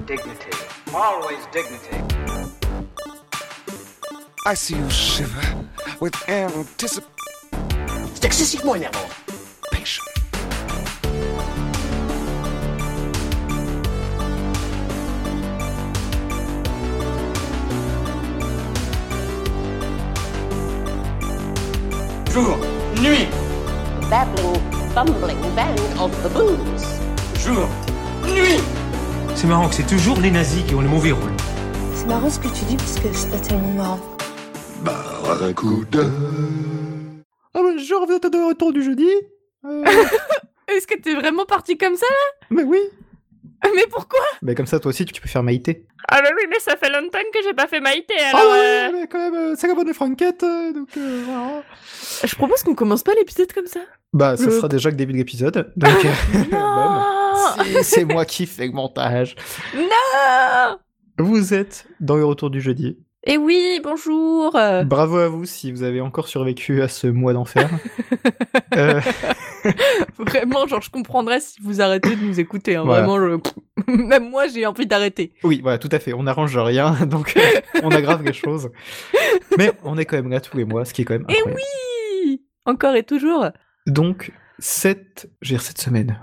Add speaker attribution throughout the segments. Speaker 1: dignity. Always dignity.
Speaker 2: I see you shiver with anticipation.
Speaker 3: C'est excessivement énervant.
Speaker 4: Jour, nuit,
Speaker 5: babbling, bumbling band of baboons.
Speaker 4: jour, nuit. C'est marrant que c'est toujours les nazis qui ont le mauvais rôle.
Speaker 6: C'est marrant ce que tu dis parce que c'est pas tellement marrant.
Speaker 7: Ah genre, vous êtes de retour du jeudi Euh,
Speaker 8: Est-ce que t'es vraiment parti comme ça
Speaker 7: Mais oui
Speaker 8: là Mais pourquoi
Speaker 7: Mais comme ça, toi aussi, tu peux faire maïté.
Speaker 8: Ah bah oui, mais ça fait longtemps que j'ai pas fait Maïté,
Speaker 7: Ah
Speaker 8: alors...
Speaker 7: ouais,
Speaker 8: euh,
Speaker 7: mais quand même, euh, c'est la bonne franquette, euh, donc euh, voilà.
Speaker 8: Je propose qu'on commence pas l'épisode comme ça.
Speaker 7: Bah, ce
Speaker 8: Le-
Speaker 7: sera déjà le début de l'épisode, donc... euh, bam.
Speaker 8: Non
Speaker 7: Si, c'est moi qui fais le montage.
Speaker 8: Non
Speaker 7: Vous êtes dans le retour du jeudi.
Speaker 8: Eh oui, bonjour euh,
Speaker 7: Bravo à vous si vous avez encore survécu à ce mois d'enfer. Euh,
Speaker 8: Vraiment, genre, je comprendrais si vous arrêtez de nous écouter. hein.
Speaker 7: Voilà.
Speaker 8: Vraiment, je... même moi, j'ai envie d'arrêter.
Speaker 7: oui, voilà, tout à fait. On n'arrange rien, donc euh, on aggrave les choses. Mais on est quand même là tous les mois, ce qui est quand même.
Speaker 8: Eh
Speaker 7: incroyable.
Speaker 8: oui Encore et toujours
Speaker 7: Donc, cette, j'ai cette semaine.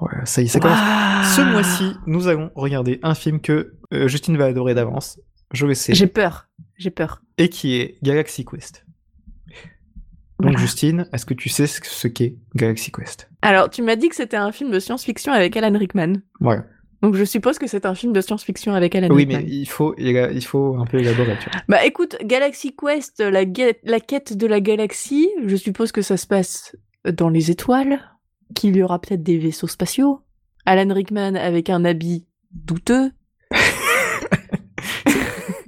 Speaker 7: Ouh, ouais, ça y est, ça commence.
Speaker 8: Ah.
Speaker 7: Ce mois-ci, nous allons regarder un film que euh, Justine va adorer d'avance. Je le sais.
Speaker 8: J'ai peur. J'ai peur.
Speaker 7: Et qui est Galaxy Quest. Donc,
Speaker 8: Voilà.
Speaker 7: Justine, est-ce que tu sais ce- ce qu'est Galaxy Quest
Speaker 8: Alors, tu m'as dit que c'était un film de science-fiction avec Alan Rickman.
Speaker 7: Voilà.
Speaker 8: Donc, je suppose que c'est un film de science-fiction avec Alan
Speaker 7: Oui,
Speaker 8: Rickman.
Speaker 7: mais il faut, éla- il faut un peu élaborer. Tu vois.
Speaker 8: Bah écoute, Galaxy Quest, la, ga- la quête de la galaxie, je suppose que ça se passe dans les étoiles, qu'il y aura peut-être des vaisseaux spatiaux. Alan Rickman avec un habit douteux.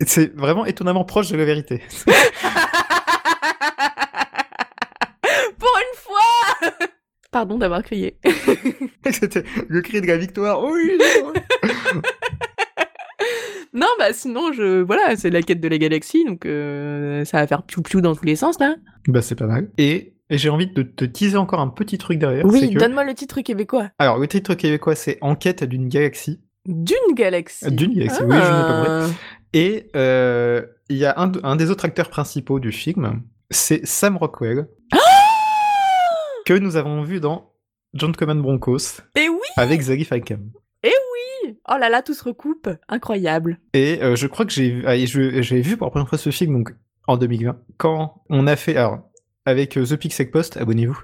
Speaker 7: C'est vraiment étonnamment proche de la vérité.
Speaker 8: Pour une fois Pardon d'avoir crié.
Speaker 7: C'était le cri de la victoire. Oui non.
Speaker 8: Non, bah sinon, je voilà, c'est la quête de la galaxie, donc euh, ça va faire piou-piou dans tous les sens, là.
Speaker 7: Bah, c'est pas mal. Et, et j'ai envie de te teaser encore un petit truc derrière. c'est
Speaker 8: Oui,
Speaker 7: que-
Speaker 8: donne-moi le titre québécois.
Speaker 7: Alors, le titre québécois, c'est Enquête d'une galaxie.
Speaker 8: D'une galaxie.
Speaker 7: Euh, D'une galaxie, oui, je n'ai pas compris.
Speaker 8: Ah.
Speaker 7: Et euh, il y a un, de- un des autres acteurs principaux du film, c'est Sam Rockwell, que nous avons vu dans Gentleman Broncos
Speaker 8: Eh oui
Speaker 7: avec Zaggy Falcam.
Speaker 8: Oh là là, tout se recoupe. Incroyable.
Speaker 7: Et euh, je crois que j'ai ah, et je- j'ai vu pour la première fois ce film donc en 2020 quand on a fait alors avec euh, The Pixel Post, abonnez-vous.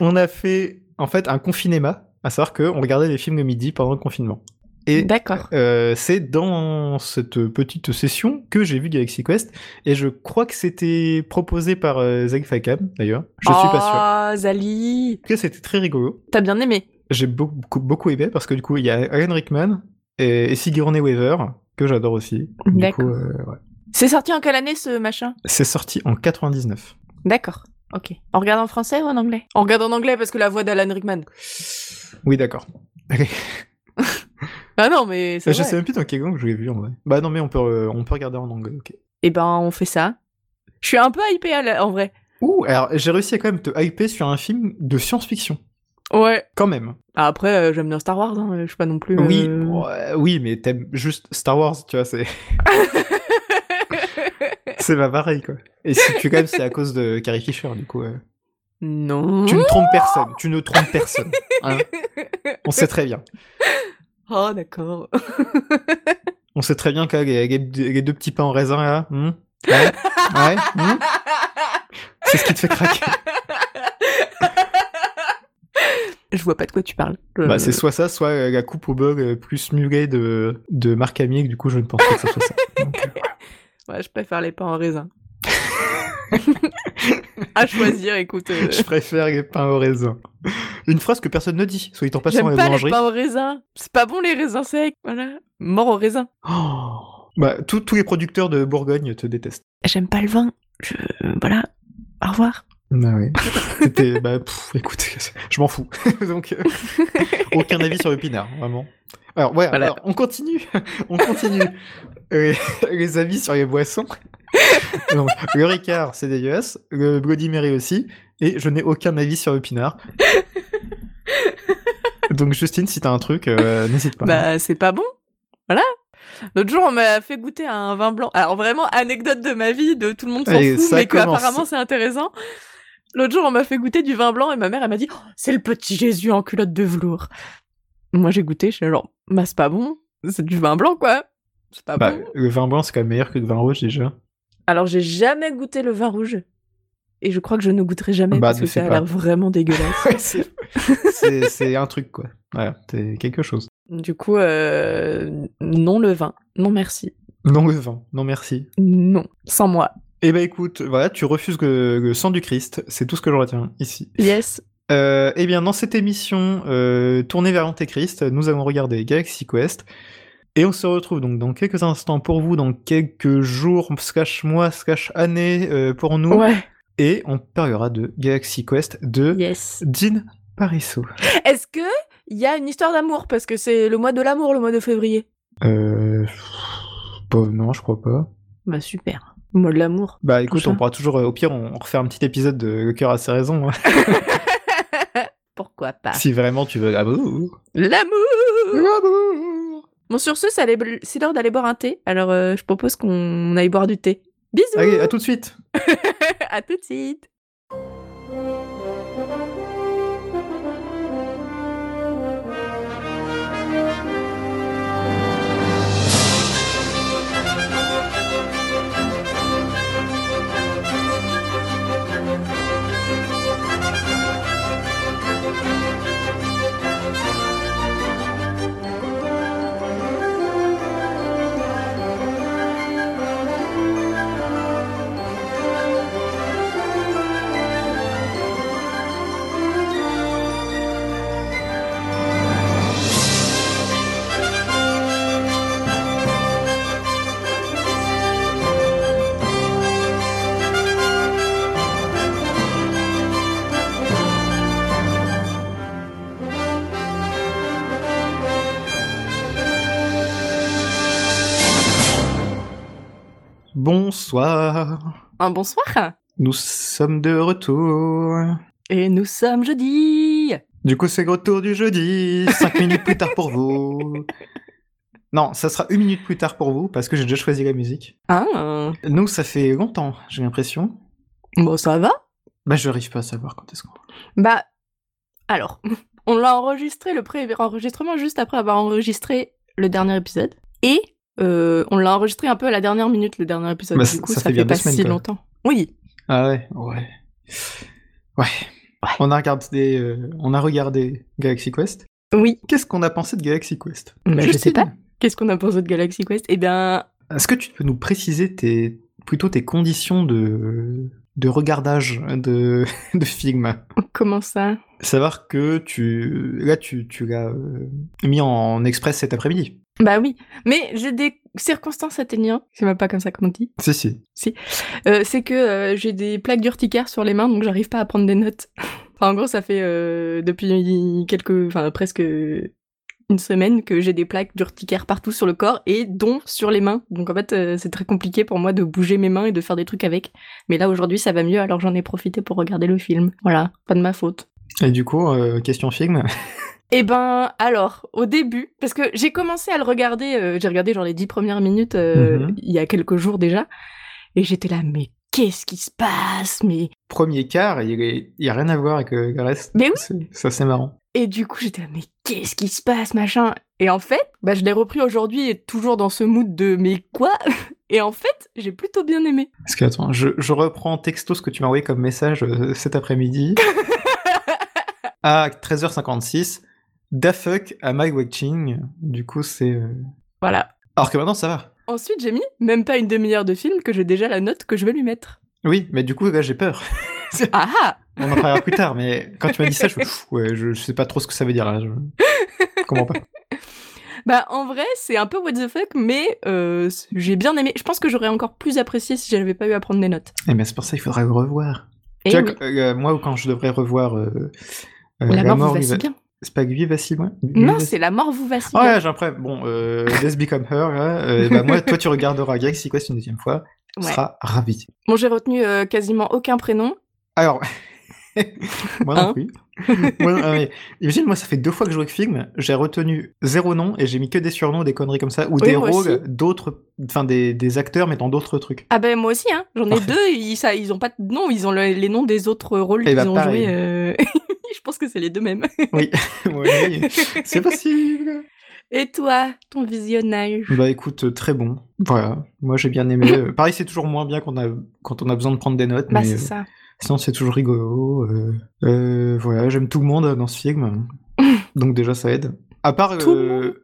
Speaker 7: on a fait en fait un confinéma, à savoir que on regardait les films le midi pendant le confinement. Et
Speaker 8: D'accord.
Speaker 7: euh, c'est dans cette petite session que j'ai vu Galaxy Quest et je crois que c'était proposé par euh, Zeg Fakam d'ailleurs. Je suis pas sûr.
Speaker 8: Oh, Zali,
Speaker 7: En tout cas, c'était très rigolo.
Speaker 8: t'as bien aimé.
Speaker 7: J'ai beaucoup, beaucoup, beaucoup aimé parce que du coup, il y a Alan Rickman et, et Sigourney Weaver que j'adore aussi. Du
Speaker 8: D'accord.
Speaker 7: coup, euh, ouais.
Speaker 8: C'est sorti en quelle année ce machin
Speaker 7: C'est sorti en 99.
Speaker 8: D'accord. Ok. On regarde en français ou en anglais On regarde en anglais parce que la voix d'Alan Rickman.
Speaker 7: Oui, d'accord. Ok.
Speaker 8: Ah non, mais
Speaker 7: Je
Speaker 8: c'est vrai.
Speaker 7: sais même plus dans quel gang je l'ai vu en vrai. Bah non, mais on peut, euh, on peut regarder en anglais. ok.
Speaker 8: Eh ben, on fait ça. Je suis un peu hypée là, en vrai.
Speaker 7: Ouh, alors j'ai réussi à quand même te hyper sur un film de science-fiction.
Speaker 8: Ouais.
Speaker 7: Quand même.
Speaker 8: Ah, Après, euh, j'aime bien Star Wars, hein, je suis pas non plus... euh,
Speaker 7: Oui, ouais, oui, mais t'aimes juste Star Wars, tu vois, c'est. c'est pas pareil, quoi. Et si tu quand même, c'est à cause de Carrie Fisher, du coup. euh,
Speaker 8: Non.
Speaker 7: Tu ne trompes personne, tu ne trompes personne. hein. On sait très bien.
Speaker 8: Oh, d'accord.
Speaker 7: On sait très bien que les, les- les deux petits pains en raisin, là. hmm, ouais, ouais, hmm, c'est ce qui te fait craquer.
Speaker 8: Je vois pas de quoi tu parles. Je-
Speaker 7: Bah, c'est soit ça, soit euh, la coupe au bug euh, plus mulet de, de Marc Hamier, que du coup, je ne pense pas que ce soit ça. Donc, euh,
Speaker 8: Ouais, je préfère les pains en raisin. à choisir, écoute. euh,
Speaker 7: je préfère les pains au raisin. Une phrase que personne ne dit, soit il en passe dans
Speaker 8: J'aime
Speaker 7: la
Speaker 8: pas les
Speaker 7: boulangerie.
Speaker 8: pains aux raisins. C'est pas bon les raisins secs, voilà. Mort aux raisins.
Speaker 7: Oh. Bah, tous tous les producteurs de Bourgogne te détestent.
Speaker 8: J'aime pas le vin. Je... Voilà. Au revoir.
Speaker 7: Bah oui. C'était, bah, pff, écoute, je m'en fous. Donc, euh, aucun avis sur le pinard, vraiment. Alors, ouais,
Speaker 8: Voilà.
Speaker 7: alors, on continue. on continue. Euh, les avis sur les boissons. Donc, le Ricard, c'est dégueulasse. Le Bloody Mary aussi. Et je n'ai aucun avis sur le pinard. Donc Justine, si t'as un truc, euh, n'hésite pas.
Speaker 8: Bah, c'est pas bon. Voilà. L'autre jour, on m'a fait goûter un vin blanc. Alors vraiment, anecdote de ma vie, de tout le monde s'en
Speaker 7: Et
Speaker 8: fout,
Speaker 7: ça
Speaker 8: mais que
Speaker 7: commence.
Speaker 8: apparemment c'est intéressant. L'autre jour, on m'a fait goûter du vin blanc et ma mère, elle m'a dit, Oh, c'est le petit Jésus en culotte de velours. Moi, j'ai goûté, je suis genre, bah c'est pas bon, c'est du vin blanc quoi. C'est pas
Speaker 7: Bah,
Speaker 8: ah bon.
Speaker 7: le vin blanc, c'est quand même meilleur que le vin rouge déjà.
Speaker 8: Alors, j'ai jamais goûté le vin rouge. Et je crois que je ne goûterai jamais
Speaker 7: Bah,
Speaker 8: parce
Speaker 7: ne
Speaker 8: que
Speaker 7: fais
Speaker 8: ça a
Speaker 7: pas.
Speaker 8: l'air vraiment dégueulasse.
Speaker 7: C'est c'est un truc, quoi. Voilà, c'est quelque chose.
Speaker 8: du coup, euh, non le vin. Non merci.
Speaker 7: Non, le vin. Non, merci.
Speaker 8: Non. Sans moi.
Speaker 7: Eh ben écoute, voilà, tu refuses le, le sang du Christ. C'est tout ce que je retiens ici.
Speaker 8: Yes.
Speaker 7: Euh, eh bien, dans cette émission euh, tournée vers l'Antéchrist, nous allons regarder Galaxy Quest. Et on se retrouve donc dans quelques instants pour vous, dans quelques jours, slash mois, slash années euh, pour nous.
Speaker 8: Ouais.
Speaker 7: Et on parlera de Galaxy Quest de
Speaker 8: Yes.
Speaker 7: Jean Parisso.
Speaker 8: Est-ce que il y a une histoire d'amour parce que c'est le mois de l'amour le mois de février
Speaker 7: Euh... Pauvre, non, je crois pas.
Speaker 8: Bah super. Le mois de l'amour.
Speaker 7: Bah écoute,
Speaker 8: Tout ça.
Speaker 7: on pourra toujours, euh, au pire, on on refait un petit épisode de Le cœur a ses raisons. hein.
Speaker 8: Pourquoi pas
Speaker 7: si vraiment tu veux Ah, bah, l'amour.
Speaker 8: L'amour.
Speaker 7: L'amour
Speaker 8: Bon sur ce, ça allait- c'est l'heure d'aller boire un thé. Alors euh, je propose qu'on aille boire du thé. Bisous.
Speaker 7: Allez, à tout de suite
Speaker 8: à tout de suite.
Speaker 7: Bonsoir
Speaker 8: Un bonsoir.
Speaker 7: Nous sommes de retour
Speaker 8: Et nous sommes jeudi.
Speaker 7: Du coup, c'est le retour du jeudi, 5 minutes plus tard pour vous. Non, ça sera une minute plus tard pour vous, parce que j'ai déjà choisi la musique.
Speaker 8: Ah.
Speaker 7: Nous, ça fait longtemps, j'ai l'impression.
Speaker 8: Bon ça va.
Speaker 7: Bah, je n'arrive pas à savoir quand est-ce qu'on...
Speaker 8: Bah, alors, on l'a enregistré, le pré-enregistrement, juste après avoir enregistré le dernier épisode. Et euh, on l'a enregistré un peu à la dernière minute, le dernier épisode.
Speaker 7: Bah,
Speaker 8: du
Speaker 7: ça-
Speaker 8: coup,
Speaker 7: ça
Speaker 8: ça,
Speaker 7: fait
Speaker 8: fait,
Speaker 7: bien deux
Speaker 8: pas
Speaker 7: semaines,
Speaker 8: si
Speaker 7: quand même.
Speaker 8: longtemps. Oui.
Speaker 7: Ah ouais, ouais. Ouais. On a regardé, euh, on a regardé Galaxy Quest.
Speaker 8: Oui.
Speaker 7: Qu'est-ce qu'on a pensé de Galaxy Quest
Speaker 8: Bah, je sais
Speaker 7: Justine,
Speaker 8: pas. Qu'est-ce qu'on a pensé de Galaxy Quest Eh bien,
Speaker 7: Est-ce que tu peux nous préciser tes, plutôt tes conditions de, de regardage de, de film
Speaker 8: comment ça
Speaker 7: Savoir que tu, là, tu, tu l'as euh, mis en express cet après-midi.
Speaker 8: Bah oui. Mais j'ai des circonstances atteignantes. C'est même pas comme ça qu'on dit.
Speaker 7: Si, si.
Speaker 8: Euh, c'est que euh, j'ai des plaques d'urticaire sur les mains, donc j'arrive pas à prendre des notes. Enfin, en gros, ça fait euh, depuis quelques, enfin presque une semaine que j'ai des plaques d'urticaire partout sur le corps et dont sur les mains. Donc en fait, euh, c'est très compliqué pour moi de bouger mes mains et de faire des trucs avec. Mais là aujourd'hui, ça va mieux, alors j'en ai profité pour regarder le film. Voilà, pas de ma faute.
Speaker 7: Et du coup, euh, question film.
Speaker 8: Eh ben, alors, au début, parce que j'ai commencé à le regarder, euh, j'ai regardé genre les dix premières minutes euh,
Speaker 7: Mhm.
Speaker 8: il y a quelques jours déjà, et j'étais là, mais qu'est-ce qui se passe mais...
Speaker 7: Premier quart, il n'y a, rien à voir avec euh, le reste.
Speaker 8: Mais oui.
Speaker 7: C'est- Ça, c'est marrant.
Speaker 8: Et du coup, j'étais là, mais qu'est-ce qui se passe, machin Et en fait, bah, je l'ai repris aujourd'hui, et toujours dans ce mood de, mais quoi Et en fait, j'ai plutôt bien aimé.
Speaker 7: Parce que, attends, je, je reprends texto ce que tu m'as envoyé comme message euh, cet après-midi. à 13h56, Da Fuck à My Watching. Du coup, c'est. euh,
Speaker 8: Voilà.
Speaker 7: Alors que maintenant, ça va.
Speaker 8: Ensuite, j'ai mis même pas une demi-heure de film que j'ai déjà la note que je vais lui mettre.
Speaker 7: Oui, mais du coup, là, j'ai peur.
Speaker 8: Ah ah
Speaker 7: On en parlera plus tard, mais quand tu m'as dit ça, je, pff, ouais, je, je sais pas trop ce que ça veut dire. Là, je... je comprends pas.
Speaker 8: Bah en vrai c'est un peu what the fuck mais euh, j'ai bien aimé. Je pense que j'aurais encore plus apprécié si j'avais pas eu à prendre des notes.
Speaker 7: Eh bien, c'est pour ça qu'il faudra le revoir.
Speaker 8: Eh
Speaker 7: tu vois,
Speaker 8: oui. Oh,
Speaker 7: que, euh, moi, ou quand je devrais revoir euh, euh,
Speaker 8: La, mort, vous va
Speaker 7: lui
Speaker 8: si
Speaker 7: va-
Speaker 8: bien.
Speaker 7: C'est pas lui va si loin Lui
Speaker 8: Non,
Speaker 7: va si-
Speaker 8: c'est la mort vous va si
Speaker 7: Oh
Speaker 8: bien.
Speaker 7: là, j'ai un problème. Bon, euh, Let's Become Her, là, euh, bah, moi, toi, tu regarderas Greg si quoi, c'est une deuxième fois. Tu
Speaker 8: Ouais.
Speaker 7: seras ravi.
Speaker 8: Bon, j'ai retenu euh, quasiment aucun prénom.
Speaker 7: Alors, Moi non
Speaker 8: Hein
Speaker 7: plus. Moi non- ah ouais. Imagine, moi, ça fait deux fois que je joue avec Figme, j'ai retenu zéro nom et j'ai mis que des surnoms, des conneries comme ça, ou
Speaker 8: Oui,
Speaker 7: des
Speaker 8: moi aussi.
Speaker 7: rôles d'autres, enfin des, des acteurs, mais dans d'autres trucs.
Speaker 8: Ah ben moi aussi, hein. j'en ai
Speaker 7: Ouais.
Speaker 8: deux, ils, ça, ils ont pas de nom, ils ont le- les noms des autres rôles
Speaker 7: Eh
Speaker 8: qu'ils
Speaker 7: bah,
Speaker 8: ont
Speaker 7: pareil.
Speaker 8: joués. euh, Je pense que c'est les deux mêmes.
Speaker 7: Ouais, c'est possible.
Speaker 8: Et toi, ton visionnage
Speaker 7: Bah écoute, euh, très bon. Voilà, moi j'ai bien aimé. Euh, Pareil, c'est toujours moins bien qu'on a, quand on a besoin de prendre des notes,
Speaker 8: Bah
Speaker 7: mais
Speaker 8: c'est
Speaker 7: euh,
Speaker 8: ça.
Speaker 7: sinon c'est toujours rigolo. euh, euh, voilà, j'aime tout le monde dans ce film, donc déjà ça aide. À part,
Speaker 8: Tout le
Speaker 7: euh,
Speaker 8: monde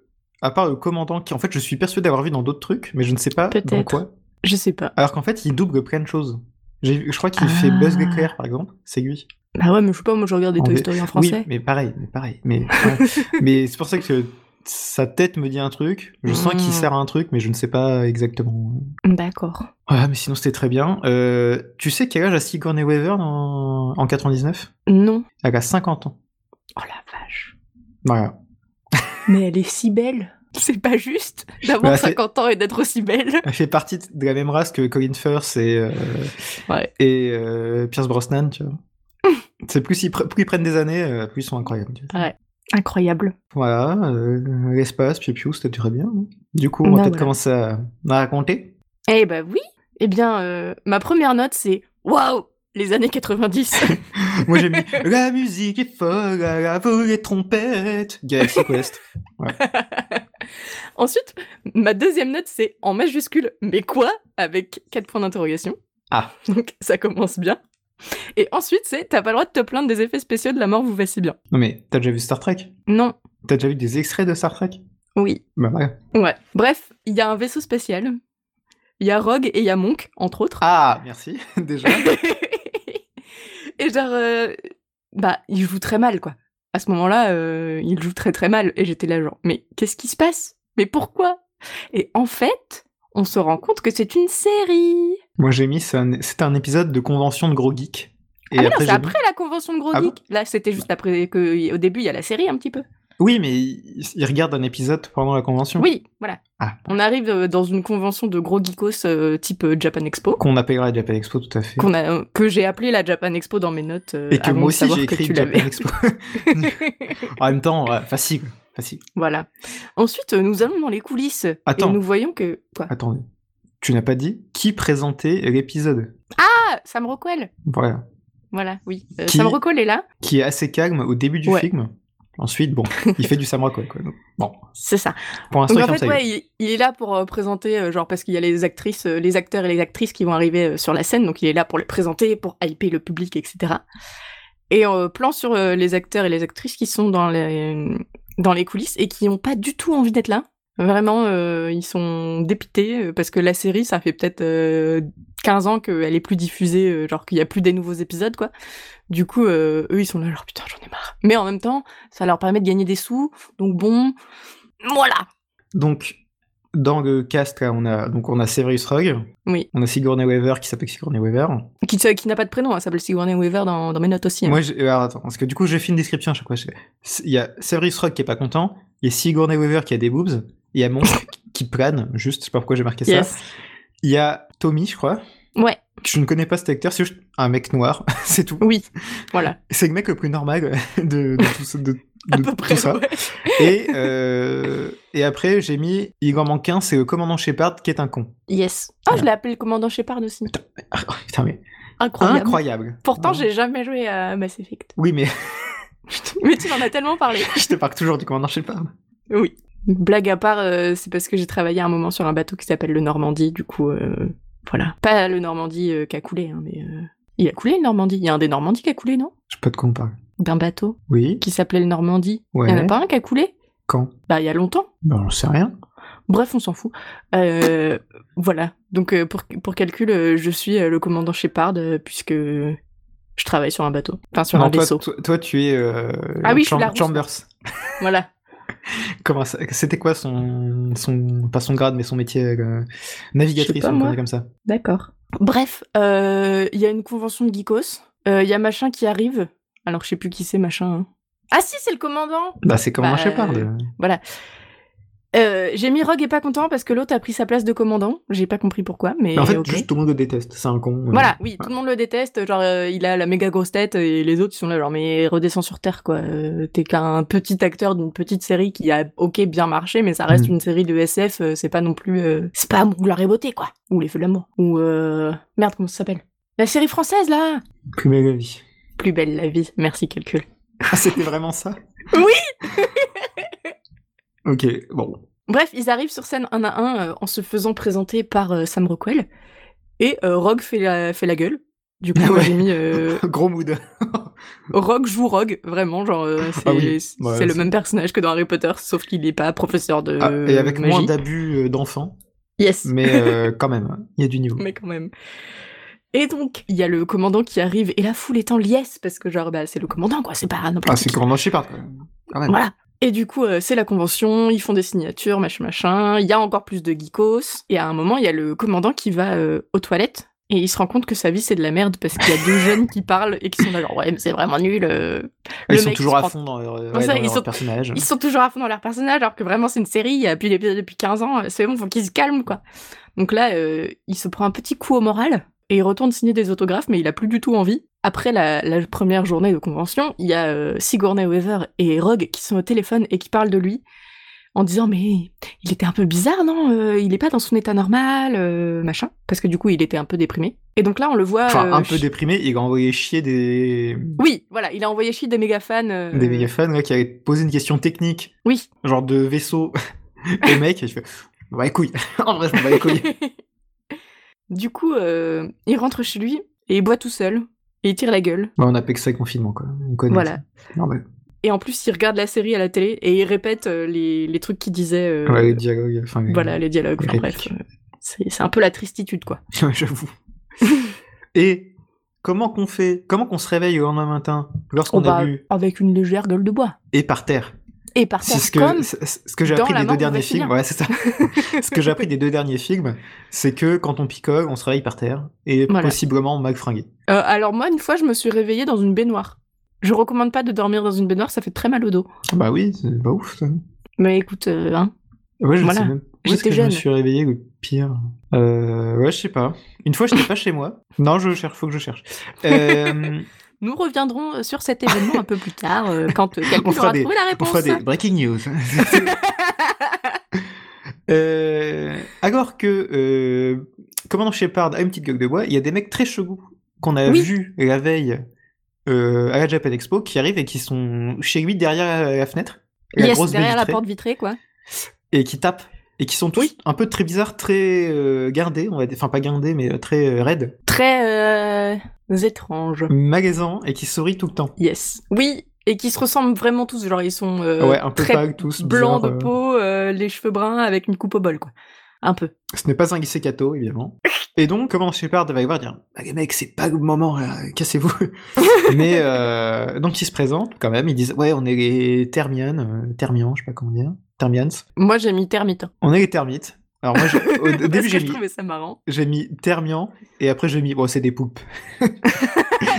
Speaker 7: à part le commandant qui, en fait, je suis persuadé d'avoir vu dans d'autres trucs, mais je ne sais pas dans
Speaker 8: Peut-être.
Speaker 7: quoi.
Speaker 8: Je sais pas.
Speaker 7: Alors qu'en fait, il double plein de choses. J'ai vu- Je crois qu'il fait
Speaker 8: Ah.
Speaker 7: Buzz Lightyear par exemple, c'est lui.
Speaker 8: Bah ouais, mais je sais pas, moi je regarde des
Speaker 7: En
Speaker 8: Toy
Speaker 7: V-
Speaker 8: Story en
Speaker 7: Oui,
Speaker 8: français.
Speaker 7: mais pareil, mais pareil. Mais, ouais. mais c'est pour ça que sa tête me dit un truc. Je sens qu'il
Speaker 8: Mm.
Speaker 7: sert à un truc, mais je ne sais pas exactement.
Speaker 8: D'accord.
Speaker 7: Ouais, mais sinon c'était très bien. Euh, tu sais quel âge a Sigourney Weaver dans- en 99
Speaker 8: Non.
Speaker 7: Elle a 50 ans.
Speaker 8: Oh la vache.
Speaker 7: Voilà.
Speaker 8: Mais elle est si belle. C'est pas juste d'avoir
Speaker 7: Bah, c'est-
Speaker 8: 50 ans et d'être aussi belle.
Speaker 7: Elle fait partie de la même race que Colin Firth et, euh,
Speaker 8: Ouais.
Speaker 7: et euh, Pierce Brosnan, tu vois. C'est plus ils, pre- plus ils prennent des années, euh, plus ils sont incroyables. tu vois.
Speaker 8: Incroyable.
Speaker 7: Voilà, euh, l'espace, piou piou, c'était très bien. hein. Du coup, on
Speaker 8: Bah,
Speaker 7: va peut-être
Speaker 8: voilà.
Speaker 7: commencer à, à raconter.
Speaker 8: Eh bah oui. Eh bien, euh, ma première note c'est Waouh Les années 90.
Speaker 7: Moi j'ai mis La musique est folle, à la volée les trompettes. Galaxy Quest.
Speaker 8: Ensuite, ma deuxième note, c'est en majuscule, mais quoi Avec 4 points d'interrogation.
Speaker 7: Ah.
Speaker 8: Donc ça commence bien. Et ensuite, c'est t'as pas le droit de te plaindre des effets spéciaux de la mort, vous va si bien.
Speaker 7: Non mais, t'as déjà vu Star Trek
Speaker 8: Non.
Speaker 7: T'as déjà vu des extraits de Star Trek
Speaker 8: Oui.
Speaker 7: Bah ouais.
Speaker 8: Ouais. Bref, il y a un vaisseau spatial. Il y a Rogue et il y a Monk, entre autres.
Speaker 7: Ah, merci, déjà.
Speaker 8: et genre, euh, bah, il joue très mal, quoi. À ce moment-là, euh, il joue très très mal. Et j'étais là, genre, mais qu'est-ce qui se passe Mais pourquoi Et en fait, on se rend compte que c'est une série.
Speaker 7: Moi j'ai mis, c'est un, c'est un épisode de convention de gros geeks. Et
Speaker 8: ah, mais non,
Speaker 7: après,
Speaker 8: c'est
Speaker 7: j'ai mis-
Speaker 8: après la convention de Gros
Speaker 7: Ah bon
Speaker 8: Geek. Là, c'était juste après que, au début, il y a la série un petit peu.
Speaker 7: Oui, mais ils ils regardent un épisode pendant la convention.
Speaker 8: Oui, voilà.
Speaker 7: Ah.
Speaker 8: On arrive euh, dans une convention de gros geekos euh, type euh, Japan Expo.
Speaker 7: Qu'on appellera la Japan Expo, tout à fait.
Speaker 8: Qu'on a, euh, que j'ai appelé la Japan Expo dans mes notes. euh,
Speaker 7: Et que
Speaker 8: avant
Speaker 7: moi
Speaker 8: de
Speaker 7: aussi
Speaker 8: savoir
Speaker 7: j'ai
Speaker 8: que
Speaker 7: écrit
Speaker 8: tu
Speaker 7: Japan
Speaker 8: l'avais.
Speaker 7: Expo. en même temps, ouais, facile, facile.
Speaker 8: Voilà. Ensuite, euh, nous allons dans les coulisses
Speaker 7: Attends.
Speaker 8: et nous voyons que quoi
Speaker 7: Attendez, tu n'as pas dit qui présentait l'épisode.
Speaker 8: Ah, Sam Rockwell.
Speaker 7: Voilà.
Speaker 8: Voilà, oui. Euh,
Speaker 7: Qui-
Speaker 8: Sam Rockwell est là.
Speaker 7: Qui est assez calme au début du
Speaker 8: Ouais.
Speaker 7: film. Ensuite, bon, il fait du samouraï quoi. quoi. Donc, Bon,
Speaker 8: C'est ça.
Speaker 7: pour l'instant,
Speaker 8: Donc
Speaker 7: il
Speaker 8: en
Speaker 7: ferme sa
Speaker 8: fait, ouais,
Speaker 7: gueule.
Speaker 8: il, il est là pour euh, présenter, euh, genre parce qu'il y a les actrices, euh, les acteurs et les actrices qui vont arriver euh, sur la scène, donc il est là pour les présenter, pour hyper le public, etc. Et euh, plan sur euh, les acteurs et les actrices qui sont dans les dans les coulisses et qui n'ont pas du tout envie d'être là. Vraiment, euh, ils sont dépités euh, parce que la série, ça fait peut-être euh, 15 ans qu'elle est plus diffusée, euh, genre qu'il y a plus des nouveaux épisodes, quoi. Du coup, euh, eux, ils sont là, genre putain, j'en ai marre. Mais en même temps, ça leur permet de gagner des sous, donc bon, voilà.
Speaker 7: Donc, dans le cast, là, on a, donc, on a Severus Rogue.
Speaker 8: Oui.
Speaker 7: On a Sigourney Weaver qui s'appelle Sigourney Weaver.
Speaker 8: qui, euh, qui n'a pas de prénom, elle s'appelle Sigourney Weaver dans, dans mes notes aussi. hein.
Speaker 7: Moi, j'ai- alors, attends, parce que du coup, j'ai fait une description à chaque fois. C'est- Il y a Severus Rogue qui est pas content, il y a Sigourney Weaver qui a des boobs, il y a Monk qui plane, juste, je sais pas pourquoi j'ai marqué ça.
Speaker 8: yes.
Speaker 7: Il y a Tommy, je crois.
Speaker 8: Ouais.
Speaker 7: Je ne connais pas cet acteur, c'est juste un mec noir, c'est tout.
Speaker 8: Oui, voilà.
Speaker 7: C'est le mec le plus normal de, de tout, ça- de-
Speaker 8: À
Speaker 7: de
Speaker 8: peu
Speaker 7: tout
Speaker 8: près.
Speaker 7: ça.
Speaker 8: ouais.
Speaker 7: Et, euh, et après, j'ai mis, il en manque un, c'est le commandant Shepard qui est un con.
Speaker 8: Yes. Oh, je l'ai appelé le commandant Shepard aussi.
Speaker 7: Ah, Putain, mais
Speaker 8: Incroyable.
Speaker 7: incroyable.
Speaker 8: Oh, Pourtant, j'ai jamais joué à Mass Effect.
Speaker 7: Oui, mais
Speaker 8: Mais tu m'en as tellement parlé.
Speaker 7: je te parle toujours du commandant Shepard.
Speaker 8: Oui. Blague à part, euh, c'est parce que j'ai travaillé un moment sur un bateau qui s'appelle le Normandie, du coup, euh, voilà. Pas le Normandie euh, qui a coulé, hein, mais euh, il a coulé le Normandie. Il y a un des Normandies qui a coulé, non
Speaker 7: Je sais pas de quoi on parle.
Speaker 8: D'un bateau
Speaker 7: Oui,
Speaker 8: qui s'appelait le Normandie. Il y en a
Speaker 7: ouais.
Speaker 8: pas un qui a coulé
Speaker 7: Quand
Speaker 8: Bah, il y a longtemps.
Speaker 7: Ben, on sait rien.
Speaker 8: Bref, on s'en fout. Euh, voilà. Donc, euh, pour, pour calcul, euh, je suis euh, le commandant Shepard, euh, puisque je travaille sur un bateau. Enfin, sur
Speaker 7: Non,
Speaker 8: un
Speaker 7: toi,
Speaker 8: vaisseau.
Speaker 7: toi, toi, tu es euh,
Speaker 8: Ah oui, je suis la rousse.
Speaker 7: Chambers.
Speaker 8: Voilà.
Speaker 7: Comment ça- C'était quoi son, son. Pas son grade, mais son métier euh,
Speaker 8: Je sais
Speaker 7: Navigatrice,
Speaker 8: pas,
Speaker 7: ou un
Speaker 8: moi. Bah,
Speaker 7: truc comme ça.
Speaker 8: D'accord. Bref, euh, il y a une convention de geekos. Euh, Il y a machin qui arrive. Alors, je sais plus qui c'est, machin. hein. Ah si, c'est le commandant
Speaker 7: Bah, c'est commandant
Speaker 8: Bah,
Speaker 7: Shepard.
Speaker 8: euh, Voilà. Euh, j'ai mis Rogue et pas content parce que l'autre a pris sa place de commandant. J'ai pas compris pourquoi, mais.
Speaker 7: Mais en fait,
Speaker 8: ok.
Speaker 7: juste tout le monde le déteste. C'est un con. euh.
Speaker 8: Voilà, oui, tout le monde le déteste. Genre, euh, il a la méga grosse tête et les autres ils sont là, genre, mais redescends sur terre, quoi. Euh, T'es qu'un petit acteur d'une petite série qui a, ok, bien marché, mais ça reste
Speaker 7: Mm.
Speaker 8: une série de SF. euh, c'est pas non plus. euh, c'est pas Amour, Gloire et Beauté, quoi. Ou Les Feux de l'amour. Ou. euh, Merde, comment ça s'appelle La série française, là
Speaker 7: Plus belle la vie.
Speaker 8: Plus belle la vie, merci, calcul.
Speaker 7: Ah, c'était vraiment ça
Speaker 8: Oui
Speaker 7: Ok, bon.
Speaker 8: Bref, ils arrivent sur scène un à un euh, en se faisant présenter par euh, Sam Rockwell. Et euh, Rogue fait la, fait la gueule. Du coup,
Speaker 7: Ah
Speaker 8: moi,
Speaker 7: ouais.
Speaker 8: j'ai mis euh,
Speaker 7: Gros mood.
Speaker 8: Rogue joue Rogue, vraiment, genre euh, c'est
Speaker 7: Ah oui,
Speaker 8: c'est
Speaker 7: ouais,
Speaker 8: le
Speaker 7: c'est-
Speaker 8: même personnage que dans Harry Potter, sauf qu'il n'est pas professeur de
Speaker 7: Ah, et avec
Speaker 8: magie.
Speaker 7: moins d'abus euh, d'enfants,
Speaker 8: Yes, mais...
Speaker 7: mais euh, quand même, il y a du niveau.
Speaker 8: quand même. Et donc, il y a le commandant qui arrive, et la foule est en liesse, parce que genre, bah, c'est le commandant, quoi, c'est pas n'importe
Speaker 7: Ah,
Speaker 8: qui.
Speaker 7: c'est Grand Shepard, quand même. Quand même.
Speaker 8: Voilà. Et du coup, euh, c'est la convention, ils font des signatures, machin, machin. Il y a encore plus de geekos. Et à un moment, il y a le commandant qui va euh, aux toilettes. Et il se rend compte que sa vie c'est de la merde parce qu'il y a deux jeunes qui parlent et qui sont là genre ouais mais c'est vraiment nul. euh.
Speaker 7: Ah, Ils
Speaker 8: Le
Speaker 7: sont
Speaker 8: mec
Speaker 7: toujours
Speaker 8: se
Speaker 7: à
Speaker 8: prend-
Speaker 7: fond dans leur, ouais,
Speaker 8: Comme ça,
Speaker 7: dans
Speaker 8: ils
Speaker 7: leur
Speaker 8: sont-
Speaker 7: personnage.
Speaker 8: Ils sont toujours à fond dans leur personnage, alors que vraiment c'est une série, il y a plus d'épisodes depuis 15 ans, euh, c'est bon, faut qu'ils se calment, quoi. Donc là, euh, il se prend un petit coup au moral, et il retourne signer des autographes, mais il a plus du tout envie. Après la, la première journée de convention, il y a euh, Sigourney Weaver et Rogue qui sont au téléphone et qui parlent de lui, en disant mais il était un peu bizarre, non Euh, Il est pas dans son état normal, euh, machin. Parce que du coup, il était un peu déprimé. Et donc là, on le voit...
Speaker 7: Enfin,
Speaker 8: euh,
Speaker 7: un peu
Speaker 8: chi-
Speaker 7: déprimé, il a envoyé chier des,
Speaker 8: Oui, voilà, il a envoyé chier des méga fans. euh,
Speaker 7: des méga fans ouais, qui avaient posé une question technique,
Speaker 8: Oui.
Speaker 7: genre de vaisseau au mec, et je fais « bah les couilles !» En vrai, je m'en bats les couilles.
Speaker 8: du coup, euh, il rentre chez lui et il boit tout seul et il tire la gueule.
Speaker 7: Bah, on a que ça le confinement, quoi. On connaît
Speaker 8: Voilà.
Speaker 7: ça. Normal.
Speaker 8: Et en plus, il regarde la série à la télé et il répète euh, les, les trucs qu'il disait. euh,
Speaker 7: Ouais, les dialogues, enfin... les-
Speaker 8: Voilà, les dialogues.
Speaker 7: les
Speaker 8: Enfin, bref,
Speaker 7: répliques.
Speaker 8: euh, c'est c'est un peu la tristitude, quoi.
Speaker 7: Ouais, j'avoue. Et comment qu'on fait Comment qu'on se réveille au lendemain matin lorsqu'on
Speaker 8: Oh, bah,
Speaker 7: a bu
Speaker 8: Avec une légère gueule de bois.
Speaker 7: et par terre
Speaker 8: Et par
Speaker 7: C'est
Speaker 8: terre,
Speaker 7: ce que
Speaker 8: comme.
Speaker 7: c'est- c'est ce que j'ai
Speaker 8: dans
Speaker 7: appris
Speaker 8: La
Speaker 7: des
Speaker 8: mort
Speaker 7: deux
Speaker 8: de
Speaker 7: derniers
Speaker 8: Bastien.
Speaker 7: films. Ouais, c'est ça. ce que j'ai appris des deux derniers films, c'est que quand on picole, on se réveille par terre et
Speaker 8: Voilà.
Speaker 7: possiblement magfringué.
Speaker 8: Euh, alors, moi, une fois, je me suis réveillée dans une baignoire. Je recommande pas de dormir dans une baignoire, ça fait très mal au dos.
Speaker 7: Ah Bah oui, c'est pas ouf. Ça.
Speaker 8: Mais écoute, euh, hein.
Speaker 7: Ouais, je
Speaker 8: Voilà.
Speaker 7: sais même. où est-ce
Speaker 8: J'étais
Speaker 7: que Je me
Speaker 8: jeune.
Speaker 7: suis réveillé le pire. Euh, ouais, je sais pas. Une fois, j'étais pas chez moi. Non, je cherche. Faut que je cherche. Euh,
Speaker 8: Nous reviendrons euh, sur cet événement un peu plus tard, euh, quand euh, quelqu'un
Speaker 7: On fera
Speaker 8: aura
Speaker 7: des-
Speaker 8: trouvé la
Speaker 7: On
Speaker 8: réponse.
Speaker 7: fera des breaking news. Euh, alors que euh, Commandant Shepard a une petite gueule de bois, il y a des mecs très chelous qu'on a
Speaker 8: Oui.
Speaker 7: vus la veille euh, à la Japan Expo qui arrivent et qui sont chez lui derrière la, la fenêtre, la
Speaker 8: Yes,
Speaker 7: grosse baie
Speaker 8: derrière la
Speaker 7: vitrée,
Speaker 8: porte vitrée, quoi.
Speaker 7: et qui tapent et qui sont tous un peu très bizarres, très euh, gardés, on va dire. enfin pas gardés mais très euh, raides,
Speaker 8: très euh, étranges.
Speaker 7: magasins et qui sourient tout le temps.
Speaker 8: Yes. Oui, et qui se ressemblent vraiment tous. Genre, ils sont euh,
Speaker 7: ouais, un peu
Speaker 8: très
Speaker 7: pâles tous,
Speaker 8: blancs de
Speaker 7: bizarres, euh.
Speaker 8: peau, euh, les cheveux bruns avec une coupe au bol, quoi. Un peu.
Speaker 7: Ce n'est pas un glissé Kato, évidemment. Et donc, comment Shepard va y voir dire Ah, les mecs, c'est pas le moment, là, cassez-vous. Mais euh, donc, ils se présentent quand même. Ils disent Ouais, on est les Thermians, euh, Thermians, je sais pas comment dire. Thermians.
Speaker 8: Moi, j'ai mis termite. hein.
Speaker 7: On est les Termites. Alors, moi, j'ai- au, au
Speaker 8: Parce
Speaker 7: début,
Speaker 8: que
Speaker 7: j'ai
Speaker 8: je
Speaker 7: mis,
Speaker 8: trouvais ça marrant.
Speaker 7: j'ai mis Thermian, et après, j'ai mis Bon, c'est des poupes.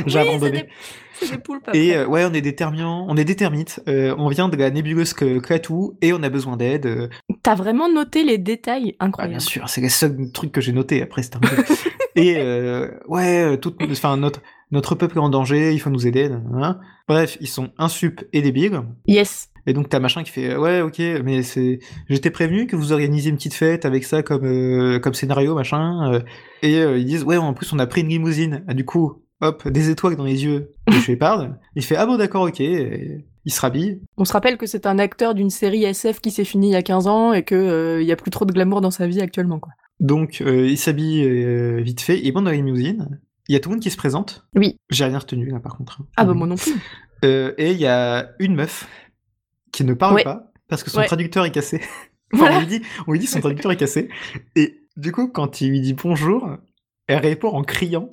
Speaker 7: j'ai
Speaker 8: Oui,
Speaker 7: abandonné.
Speaker 8: C'est des, c'est des poules, pas
Speaker 7: Et euh, ouais, on est des Thermians, on est des termites. euh, on vient de la nébuleuse que- Klaatu, et on a besoin d'aide. euh,
Speaker 8: T'as vraiment noté les détails
Speaker 7: Ah, bien
Speaker 8: incroyables.
Speaker 7: sûr, c'est le seul truc que j'ai noté après, c'est un peu. Et euh, ouais, euh, toute, enfin, notre, notre peuple est en danger, il faut nous aider. nanana. Bref, ils sont insup et débiles.
Speaker 8: yes.
Speaker 7: Et donc, t'as machin qui fait euh, Ouais, ok, mais c'est. J'étais prévenu que vous organisiez une petite fête avec ça comme, euh, comme scénario, machin. euh. et euh, ils disent Ouais, en plus, on a pris une limousine. Ah, du coup, hop, des étoiles dans les yeux de Shepard. Il fait Ah bon, d'accord, ok. Et il se rhabille.
Speaker 8: On se rappelle que c'est un acteur d'une série SF qui s'est finie il y a 15 ans et que euh, il y a plus trop de glamour dans sa vie actuellement, quoi.
Speaker 7: Donc, euh, il s'habille euh, vite fait, il monte dans la limousine. Il y a tout le monde qui se présente.
Speaker 8: Oui.
Speaker 7: J'ai rien retenu, là, par contre. hein.
Speaker 8: Ah bah moi non plus.
Speaker 7: Euh, et il y a une meuf qui ne parle
Speaker 8: Ouais.
Speaker 7: pas parce que son
Speaker 8: Ouais.
Speaker 7: traducteur est cassé. Enfin, on,
Speaker 8: voilà.
Speaker 7: lui dit, on lui dit son traducteur est cassé. Et du coup, quand il lui dit bonjour, elle répond en criant.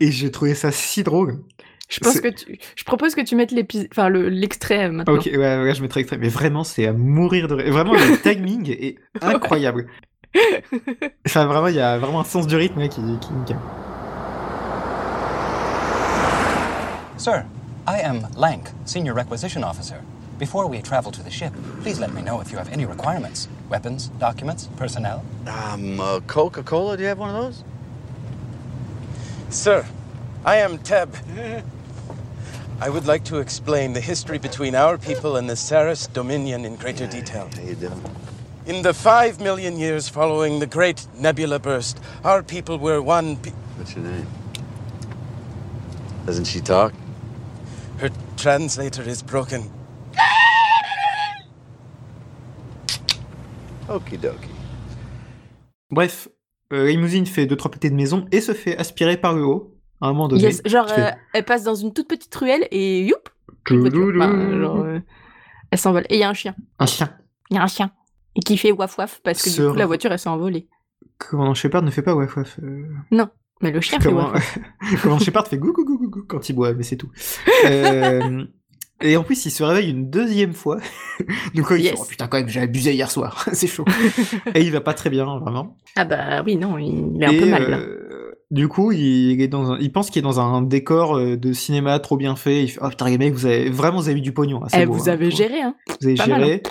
Speaker 7: Et j'ai trouvé ça si drôle.
Speaker 8: Je pense
Speaker 7: c'est-
Speaker 8: que tu... je propose que tu mettes l'épis- enfin le- l'extrait euh, maintenant.
Speaker 7: Ok, ouais, ouais, je mettrai extrait. Mais vraiment, c'est à mourir de rire. Vraiment, le timing est incroyable. Ça, vraiment, il y a vraiment un sens du rythme ouais, qui, qui est nickel.
Speaker 3: Sir, I am Lank, Senior Requisition Officer. Before we travel to the ship, please let me know if you have any requirements weapons, documents, personnel.
Speaker 9: Um, uh, Coca Cola, do you have one of those?
Speaker 10: Sir, I am Teb. I would like to explain the history between our people and the Saris Dominion in greater detail.
Speaker 9: How you doing?
Speaker 10: In the five million years following the great nebula burst, our people were one. Pe-
Speaker 9: What's your name? Doesn't she talk?
Speaker 10: Her translator is broken.
Speaker 9: Okie dokie.
Speaker 7: Bref, euh, Limousine fait deux trois pétés de maison et se fait aspirer par le haut à un moment donné.
Speaker 8: Yes, genre,
Speaker 7: Tu fais-
Speaker 8: euh, elle passe dans une toute petite ruelle et youp une voiture. Enfin, genre, euh, Elle s'envole. Et il y a un chien.
Speaker 7: Un chien.
Speaker 8: Il y a un chien. Et qui fait waf waf parce que du
Speaker 7: Sœur.
Speaker 8: coup, la voiture, elle s'est envolée.
Speaker 7: Comment Shepard ne fait pas waf waf. euh,
Speaker 8: Mais le chien fait
Speaker 7: Comment,
Speaker 8: waf waf.
Speaker 7: comment Shepard fait gou gou gou gou gou quand il boit, mais c'est tout. Euh, Et en plus, il se réveille une deuxième fois. Donc, quoi, il
Speaker 8: Yes.
Speaker 7: fait, Oh, putain, quand même, j'ai abusé hier soir. c'est chaud. et il va pas très bien, vraiment.
Speaker 8: Ah bah oui, non, il est un
Speaker 7: Et,
Speaker 8: peu mal. là.
Speaker 7: euh, du coup, il, est dans un- il pense qu'il est dans un décor euh, de cinéma trop bien fait. Il fait Oh putain, les mecs, vous avez vraiment vous avez eu du pognon. hein, c'est
Speaker 8: Eh,
Speaker 7: beau,
Speaker 8: vous
Speaker 7: hein.
Speaker 8: avez géré, hein.
Speaker 7: Vous avez
Speaker 8: pas mal,
Speaker 7: géré.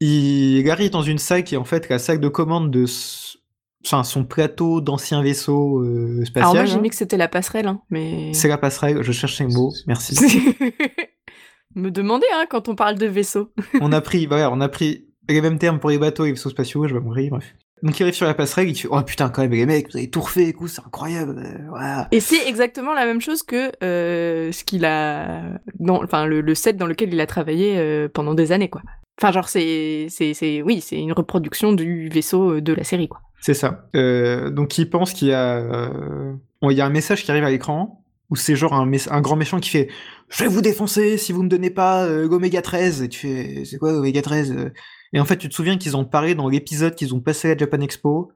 Speaker 7: Il arrive dans une salle qui est en fait la salle de commande de s- enfin, son plateau d'ancien vaisseau euh,
Speaker 8: Alors
Speaker 7: spatial.
Speaker 8: moi, j'ai
Speaker 7: hein.
Speaker 8: mis que c'était la passerelle, hein, mais...
Speaker 7: C'est la passerelle, je cherche les mots, merci.
Speaker 8: Me demandez, hein, quand on parle de vaisseau.
Speaker 7: on a pris, bah voilà, on a pris les mêmes termes pour les bateaux et les vaisseaux spatiaux, je vais mourir, bref. Donc il arrive sur la passerelle, il fait Oh putain, quand même, les mecs, vous avez tout refait, écoute, c'est incroyable. euh, voilà.
Speaker 8: Et c'est exactement la même chose que euh, ce qu'il a... dans- Enfin, le, le set dans lequel il a travaillé euh, pendant des années, quoi. Enfin, genre, c'est... c'est, c'est... Oui, c'est une reproduction du vaisseau euh, de la série, quoi.
Speaker 7: C'est ça. Euh, donc il pense qu'il y a, euh, bon, il y a un message qui arrive à l'écran où c'est genre un, mess- un grand méchant qui fait je vais vous défoncer si vous me donnez pas euh, Omega 13 et tu fais c'est quoi Omega 13 euh et en fait tu te souviens qu'ils ont parlé dans l'épisode qu'ils ont passé à la Japan Expo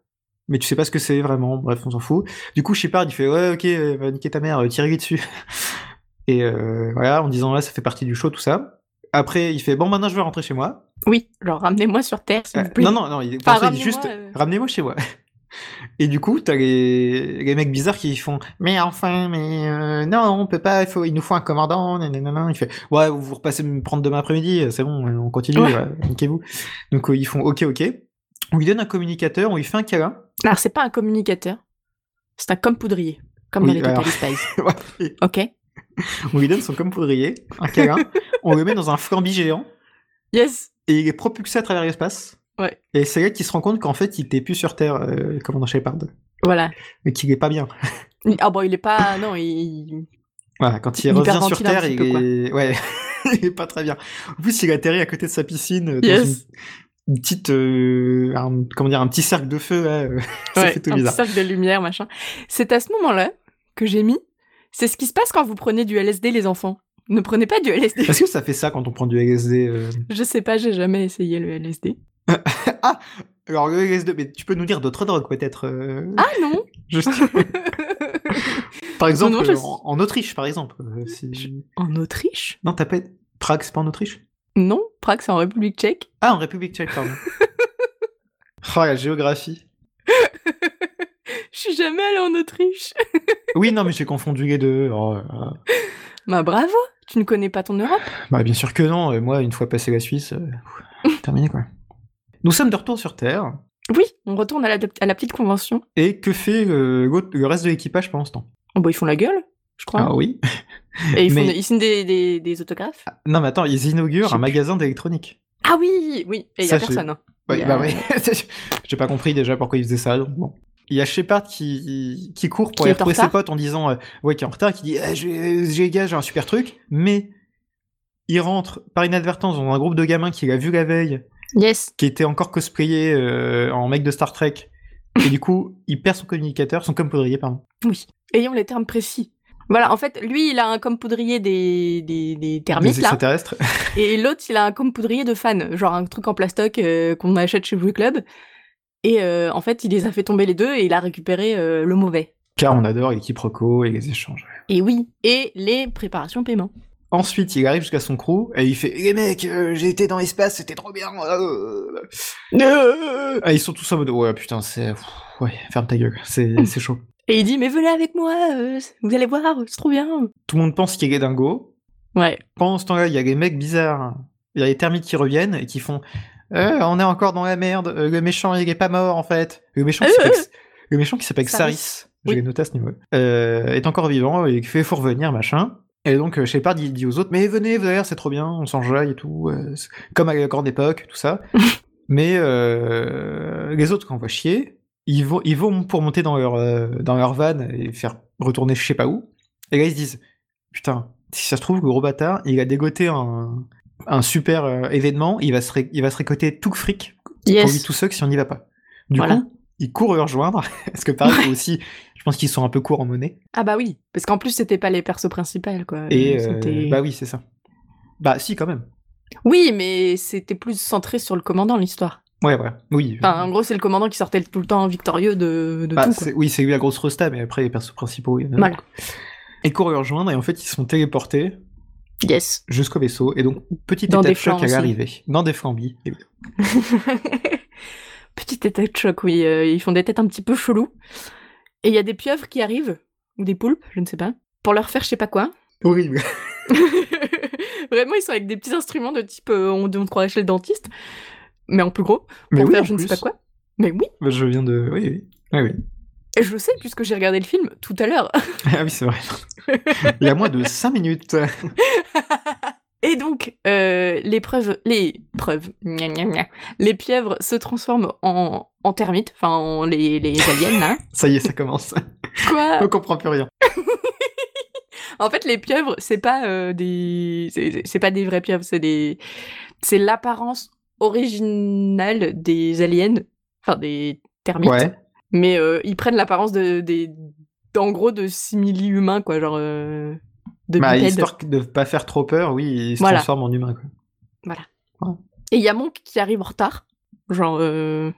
Speaker 7: mais tu sais pas ce que c'est vraiment bref on s'en fout du coup Shepard il fait ouais ok euh, va niquer ta mère euh, tire lui dessus et euh, voilà en disant là ça fait partie du show tout ça après il fait bon maintenant je vais rentrer chez moi
Speaker 8: Oui, genre, ramenez-moi sur Terre, s'il
Speaker 7: euh,
Speaker 8: vous plaît.
Speaker 7: non, non, non, il,
Speaker 8: Enfin,
Speaker 7: parfois, il dit
Speaker 8: ramenez-moi,
Speaker 7: juste
Speaker 8: euh.
Speaker 7: ramenez-moi chez moi. Et du coup, t'as les, les mecs bizarres qui font Mais enfin, mais euh, non, on peut pas, il, faut, il nous faut un commandant. nanana. Il fait Ouais, vous vous repassez me prendre demain après-midi, euh, c'est bon, on continue,
Speaker 8: Ouais.
Speaker 7: ouais, niquez-vous. Donc euh, ils font Ok, ok. On lui donne un communicateur, on lui fait un câlin.
Speaker 8: Alors, c'est pas un communicateur. C'est un comme poudrier. Comme dans
Speaker 7: Oui,
Speaker 8: les
Speaker 7: alors.
Speaker 8: Total Spies.
Speaker 7: Ouais.
Speaker 8: Ok
Speaker 7: on lui donne son comme poudrier, un câlin. on le met dans un flambi géant
Speaker 8: Yes
Speaker 7: et il est propulsé à travers l'espace.
Speaker 8: Ouais.
Speaker 7: Et c'est là qu'il se rend compte qu'en fait, il était plus sur Terre, euh, commandant Shepard,
Speaker 8: Voilà.
Speaker 7: et qu'il est pas bien.
Speaker 8: Ah bon, il est pas... Non, il...
Speaker 7: Voilà, quand il
Speaker 8: Hyperventile
Speaker 7: revient sur
Speaker 8: un
Speaker 7: Terre,
Speaker 8: petit
Speaker 7: il
Speaker 8: peu, quoi.
Speaker 7: est... Ouais, il est pas très bien. En plus, il atterrit à côté de sa piscine, euh, dans
Speaker 8: Yes.
Speaker 7: une, une petite... euh, un- comment dire, un petit cercle de feu, là, euh, ça
Speaker 8: Ouais,
Speaker 7: fait tout
Speaker 8: un
Speaker 7: bizarre.
Speaker 8: petit cercle de lumière, machin. C'est à ce moment-là que j'ai mis. C'est ce qui se passe quand vous prenez du LSD, les enfants. Ne prenez pas du LSD.
Speaker 7: Est-ce que ça fait ça quand on prend du LSD euh
Speaker 8: Je sais pas, j'ai jamais essayé le LSD.
Speaker 7: Alors, le LSD, mais tu peux nous dire d'autres drogues, peut-être euh,
Speaker 8: Ah non
Speaker 7: juste- Par exemple,
Speaker 8: non, je-
Speaker 7: euh, en, en Autriche, par exemple. euh, si-
Speaker 8: En Autriche
Speaker 7: Non, t'as pas... Prague, c'est pas en Autriche
Speaker 8: Non, Prague, c'est en République tchèque.
Speaker 7: Ah, en République tchèque, pardon. oh, la géographie.
Speaker 8: Je suis jamais allée en Autriche.
Speaker 7: Oui, non, mais j'ai confondu les deux. Oh, là là.
Speaker 8: Bah bravo, tu ne connais pas ton Europe.
Speaker 7: Bah, bien sûr que non. Euh, Moi, une fois passé la Suisse, euh, pff, terminé quoi. Nous sommes de retour sur Terre.
Speaker 8: Oui, on retourne à la, à la petite convention.
Speaker 7: Et que fait euh, l'autre- le reste de l'équipage pendant ce temps
Speaker 8: Oh, bah, ils font la gueule, je crois.
Speaker 7: Ah oui.
Speaker 8: Et ils, font-
Speaker 7: mais-
Speaker 8: ils signent des, des- des autographes.
Speaker 7: Ah, Non, mais attends, ils
Speaker 8: Je sais
Speaker 7: inaugurent un
Speaker 8: plus.
Speaker 7: magasin d'électronique.
Speaker 8: Ah oui, oui. Et il y
Speaker 7: Ça,
Speaker 8: a
Speaker 7: j'ai-
Speaker 8: personne. hein.
Speaker 7: Ouais,
Speaker 8: Il y a-
Speaker 7: Bah oui. J'ai pas compris déjà pourquoi ils faisaient ça. donc bon. Il y a Shepard qui, qui court pour
Speaker 8: Qui
Speaker 7: aller
Speaker 8: est en
Speaker 7: retrouver ses
Speaker 8: retard.
Speaker 7: potes en disant euh, ouais qui est en retard, qui dit Eh, j'ai j'ai les gars j'ai un super truc, mais il rentre par inadvertance dans un groupe de gamins qu'il a vu la veille
Speaker 8: Yes.
Speaker 7: qui était encore cosplayé euh, en mec de Star Trek. Et du coup, il perd son communicateur, son compoudrier, pardon.
Speaker 8: Oui. Ayons les termes précis. Voilà, en fait, lui, il a un comme poudrier des, des, des termites,
Speaker 7: des
Speaker 8: là.
Speaker 7: extraterrestres.
Speaker 8: Et l'autre, il a un comme poudrier de fan, genre un truc en plastoc euh, qu'on achète chez Blue Club. Et euh, en fait, il les a fait tomber les deux et il a récupéré euh, le mauvais.
Speaker 7: Car on adore les quiproquos et les échanges.
Speaker 8: Et oui, et les préparations paiement.
Speaker 7: Ensuite, il arrive jusqu'à son crew et il fait Eh, Les mecs, euh, j'ai été dans l'espace, c'était trop bien. euh, euh, euh. Ah, ils sont tous en mode Ouais, putain, c'est. pff, Ouais, ferme ta gueule, c'est c'est chaud.
Speaker 8: Et il dit, mais venez avec moi, euh, vous allez voir, c'est trop bien.
Speaker 7: Tout le monde pense qu'il est dingo.
Speaker 8: Ouais.
Speaker 7: Pendant ce temps-là, il y a les mecs bizarres, il y a les termites qui reviennent et qui font Euh, On est encore dans la merde, euh, le méchant il est pas mort en fait. Le méchant qui
Speaker 8: Ah,
Speaker 7: s'appelle,
Speaker 8: euh,
Speaker 7: le méchant qui s'appelle
Speaker 8: Saris.
Speaker 7: Saris,
Speaker 8: Oui.
Speaker 7: je l'ai noté à ce niveau, euh, est encore vivant et qui fait faut revenir machin. Et donc euh, Shepard il dit aux autres Mais venez, venez, c'est trop bien, on s'enjaille et tout, euh, c'est comme à la grande époque, tout ça. Mais euh, les autres qu'on voit chier, ils vont, ils vont pour monter dans leur, euh, dans leur van et faire retourner je sais pas où. Et là, ils se disent Putain, si ça se trouve, le gros bâtard, il a dégoté un, un super euh, événement, il va, se ré- il va se récolter tout le fric pour lui
Speaker 8: Yes.
Speaker 7: tout seul si on n'y va pas. Du
Speaker 8: Voilà.
Speaker 7: coup, ils courent le rejoindre, parce que pareil, eux aussi, je pense qu'ils sont un peu courts en monnaie.
Speaker 8: Ah bah oui, parce qu'en plus c'était pas les persos principaux quoi.
Speaker 7: Et euh,
Speaker 8: C'était-
Speaker 7: bah oui, c'est ça. Bah si, quand même.
Speaker 8: Oui, mais c'était plus centré sur le commandant l'histoire.
Speaker 7: Ouais, ouais. Oui.
Speaker 8: Enfin, en gros, c'est le commandant qui sortait tout le temps victorieux de, de
Speaker 7: Bah,
Speaker 8: tout. quoi.
Speaker 7: c'est- oui, c'est lui la grosse resta, mais après les persos principaux. il y en a
Speaker 8: Voilà.
Speaker 7: d'autres. Et ils courent le rejoindre, et en fait, ils sont téléportés
Speaker 8: Yes.
Speaker 7: jusqu'au vaisseau. Et donc, petite
Speaker 8: Dans
Speaker 7: étape
Speaker 8: des
Speaker 7: choc
Speaker 8: flancs
Speaker 7: à
Speaker 8: aussi.
Speaker 7: l'arrivée. Dans des flambis.
Speaker 8: Petit état de choc, oui. euh, ils font des têtes un petit peu chelous. Et il y a des pieuvres qui arrivent, ou des poulpes, je ne sais pas, pour leur faire je sais pas quoi.
Speaker 7: Horrible.
Speaker 8: Vraiment, ils sont avec des petits instruments de type euh, on, on croirait chez le dentiste, mais en plus gros, pour
Speaker 7: Mais oui,
Speaker 8: faire
Speaker 7: en
Speaker 8: je ne sais
Speaker 7: plus.
Speaker 8: pas quoi. Mais oui,
Speaker 7: Bah, Je viens de. Oui, oui. Ah oui,
Speaker 8: et je le sais puisque j'ai regardé le film tout à l'heure.
Speaker 7: ah, oui c'est vrai. Il y a moins de 5 minutes.
Speaker 8: Et donc, euh, les preuves, les preuves, gna gna gna. les pieuvres se transforment en, en termites, enfin en les, les aliens là.
Speaker 7: Ça y est, ça commence.
Speaker 8: Quoi
Speaker 7: On comprend plus rien.
Speaker 8: En fait, les pieuvres, c'est pas euh, des, c'est- c'est pas des vraies pieuvres, c'est des, c'est l'apparence originale des aliens, enfin des termites.
Speaker 7: Ouais.
Speaker 8: Mais euh, ils prennent l'apparence de des, en gros de simili humains quoi, genre euh, de
Speaker 7: Bah,
Speaker 8: bipèdes.
Speaker 7: histoire de ne pas faire trop peur, oui, il se
Speaker 8: Voilà.
Speaker 7: transforme en humain. Quoi.
Speaker 8: Et il y a Monk qui arrive en retard. Genre, euh,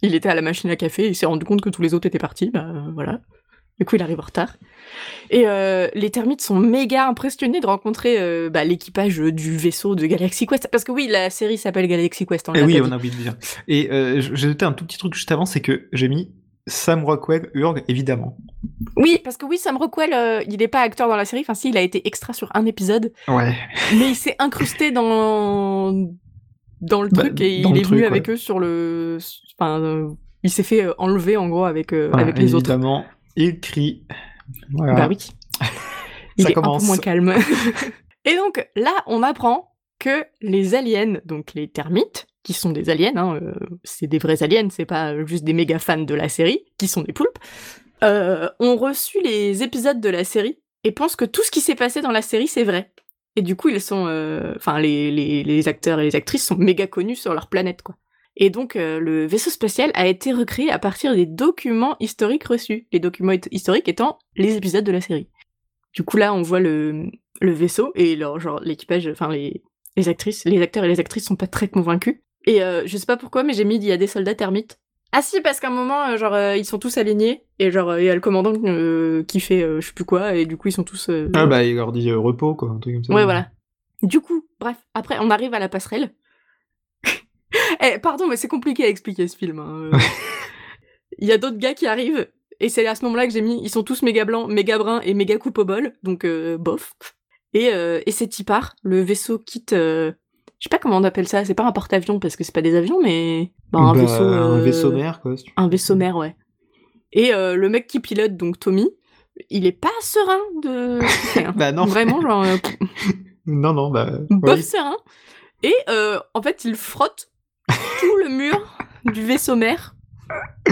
Speaker 8: il était à la machine à café, il s'est rendu compte que tous les autres étaient partis, bah euh, voilà. Du coup, il arrive en retard. Et euh, les termites sont méga impressionnés de rencontrer euh, bah, l'équipage du vaisseau de Galaxy Quest. Parce que oui, la série s'appelle Galaxy Quest. On
Speaker 7: Et
Speaker 8: l'a
Speaker 7: Eh oui,
Speaker 8: pas
Speaker 7: on
Speaker 8: dit.
Speaker 7: a oublié de dire. Et euh, j- j'ai noté un tout petit truc juste avant, c'est que j'ai mis Sam Rockwell hurle, évidemment.
Speaker 8: oui, parce que oui, Sam Rockwell, euh, il n'est pas acteur dans la série. Enfin, si, il a été extra sur un épisode,
Speaker 7: Ouais.
Speaker 8: mais il s'est incrusté dans dans le
Speaker 7: Bah,
Speaker 8: truc et
Speaker 7: dans
Speaker 8: il
Speaker 7: le
Speaker 8: est venu
Speaker 7: truc,
Speaker 8: avec eux sur le. Enfin, euh, il s'est fait euh, enlever en gros avec euh,
Speaker 7: Voilà,
Speaker 8: avec les autres.
Speaker 7: évidemment, il crie. Voilà.
Speaker 8: Bah oui. Il
Speaker 7: Ça
Speaker 8: est un
Speaker 7: commence.
Speaker 8: peu moins calme. Et donc là, on apprend que les aliens, donc les termites, qui sont des aliens, hein, euh, c'est des vrais aliens, c'est pas euh, juste des méga fans de la série, qui sont des poulpes, euh, ont reçu les épisodes de la série et pensent que tout ce qui s'est passé dans la série, c'est vrai. Et du coup, ils sont, euh, enfin, les, les- les acteurs et les actrices sont méga connus sur leur planète, quoi. Et donc, euh, le vaisseau spatial a été recréé à partir des documents historiques reçus. Les documents hist- historiques étant les épisodes de la série. Du coup, là, on voit le, le vaisseau et leur, genre, l'équipage, enfin, les, les actrices, les acteurs et les actrices sont pas très convaincus. Et euh, je sais pas pourquoi, mais j'ai mis, il y a des soldats termites. Ah si, parce qu'à un moment, euh, genre, euh, ils sont tous alignés, et genre, euh, il y a le commandant euh, qui fait euh, je sais plus quoi, et du coup, ils sont tous... euh,
Speaker 7: Ah bah, il leur dit euh, repos, quoi, un truc comme ça.
Speaker 8: Ouais, voilà. Du coup, bref, après, on arrive à la passerelle. Eh, pardon, mais c'est compliqué à expliquer ce film. hein. Euh, Il y a d'autres gars qui arrivent, et c'est à ce moment-là que j'ai mis, ils sont tous méga blancs, méga bruns et méga coupe au bol, donc euh, bof. Et, euh, et c'est Tipar, le vaisseau quitte... euh, je sais pas comment on appelle ça, c'est pas un porte-avions parce que c'est pas des avions, mais bah, un
Speaker 7: Bah,
Speaker 8: vaisseau...
Speaker 7: un
Speaker 8: euh,
Speaker 7: vaisseau mère, quoi. si tu-
Speaker 8: un vaisseau mère, ouais. Et euh, le mec qui pilote, donc Tommy, il est pas serein de...
Speaker 7: Bah non.
Speaker 8: hein. Vraiment, genre... euh,
Speaker 7: Non, non, bah.
Speaker 8: bof
Speaker 7: oui.
Speaker 8: serein. Et euh, en fait, il frotte tout le mur du vaisseau mère